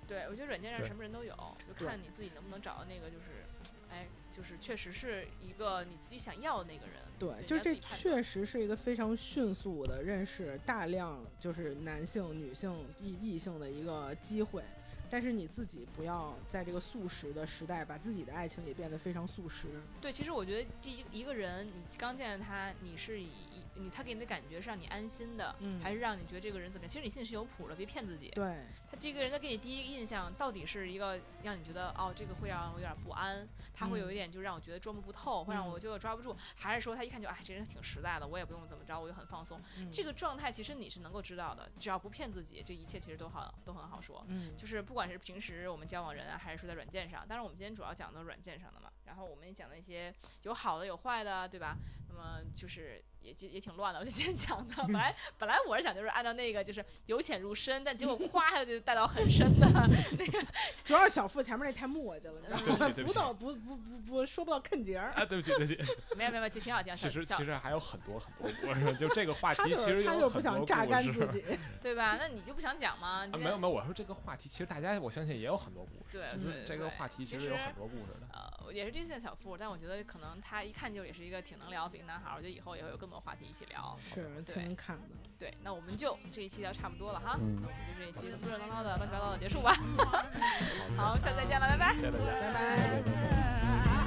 B: 对，我觉得软件上
F: 对
B: 什么人都有，就
E: 对
B: 看你自己能不能找到那个，就是，哎，就是确实是一个你自己想要的那个人。
E: 对，
B: 对
E: 就
B: 你要
E: 这
B: 自己判断
E: 确实是一个非常迅速的认识大量就是男性、女性、异异性的一个机会。但是你自己不要在这个速食的时代，把自己的爱情也变得非常速食。
B: 对，其实我觉得第一一个人，你刚见到他，你是以以你他给你的感觉是让你安心的，
E: 嗯
B: 还是让你觉得这个人怎么样？其实你心里是有谱的，别骗自己。
E: 对，
B: 他这个人的给你第一印象到底是一个让你觉得哦，这个会让我有点不安，他会
E: 嗯
B: 有一点就让我觉得捉摸不透，会让我就抓不住，还是说他一看就哎，这人挺实在的，我也不用怎么着，我就很放松。这
F: 嗯
B: 个
E: 个，
B: 状态其实你是能够知道的，只要不骗自己，这一切其实都好都很好说。
E: 嗯，
B: 就是不管是平时我们交往人啊，还是说在软件上，当然我们今天主要讲的软件上的嘛。然后我们也讲了一些有好的有坏的，啊对吧？那么就是也也也挺乱的，我就先讲的。本来本来我是想就是按照那个就是由浅入深，但结果夸下就带到很深的 那个。
E: 主要是小付前面那太磨叽 了，你知
F: 对
E: 道
F: 不
E: 吗
F: 起对？不
E: 不
F: 起
E: 到不不不不说不到坑节儿，
F: 啊，对不起，对不起。
B: 没有没有，没有就挺好听。
F: 其实
B: 小
F: 其实还有很多很多故事，就这个话
E: 他
F: 题
E: 就
F: 其实
E: 是他
F: 有
E: 就是
F: 很
E: 不想
F: 多
E: 榨干
F: 故
E: 自
F: 事。
E: 己，
B: 对吧？那你就不想讲吗？
F: 啊，
B: 今
F: 没有
B: 天
F: 没有，我说这个话题，其实大家我相信也有很多故事。
B: 对
F: 就
B: 呃对
F: 是这个
B: 对
F: 话题
B: 其
F: 其实有
B: 实
F: 很多故事的。
B: 呃，也是这次的小付，但我觉得可能他一看就也是一个挺能聊的北京男孩儿，我觉得以后也会有更多话题一起聊。
E: 是
B: 对
E: 挺能看的。
B: 对，那我们就这一期聊差不多了哈，那我们就这一期热热闹闹 的乱七八糟的结束吧。好，下次再见了，拜拜，
F: 谢谢大家。
B: 拜拜。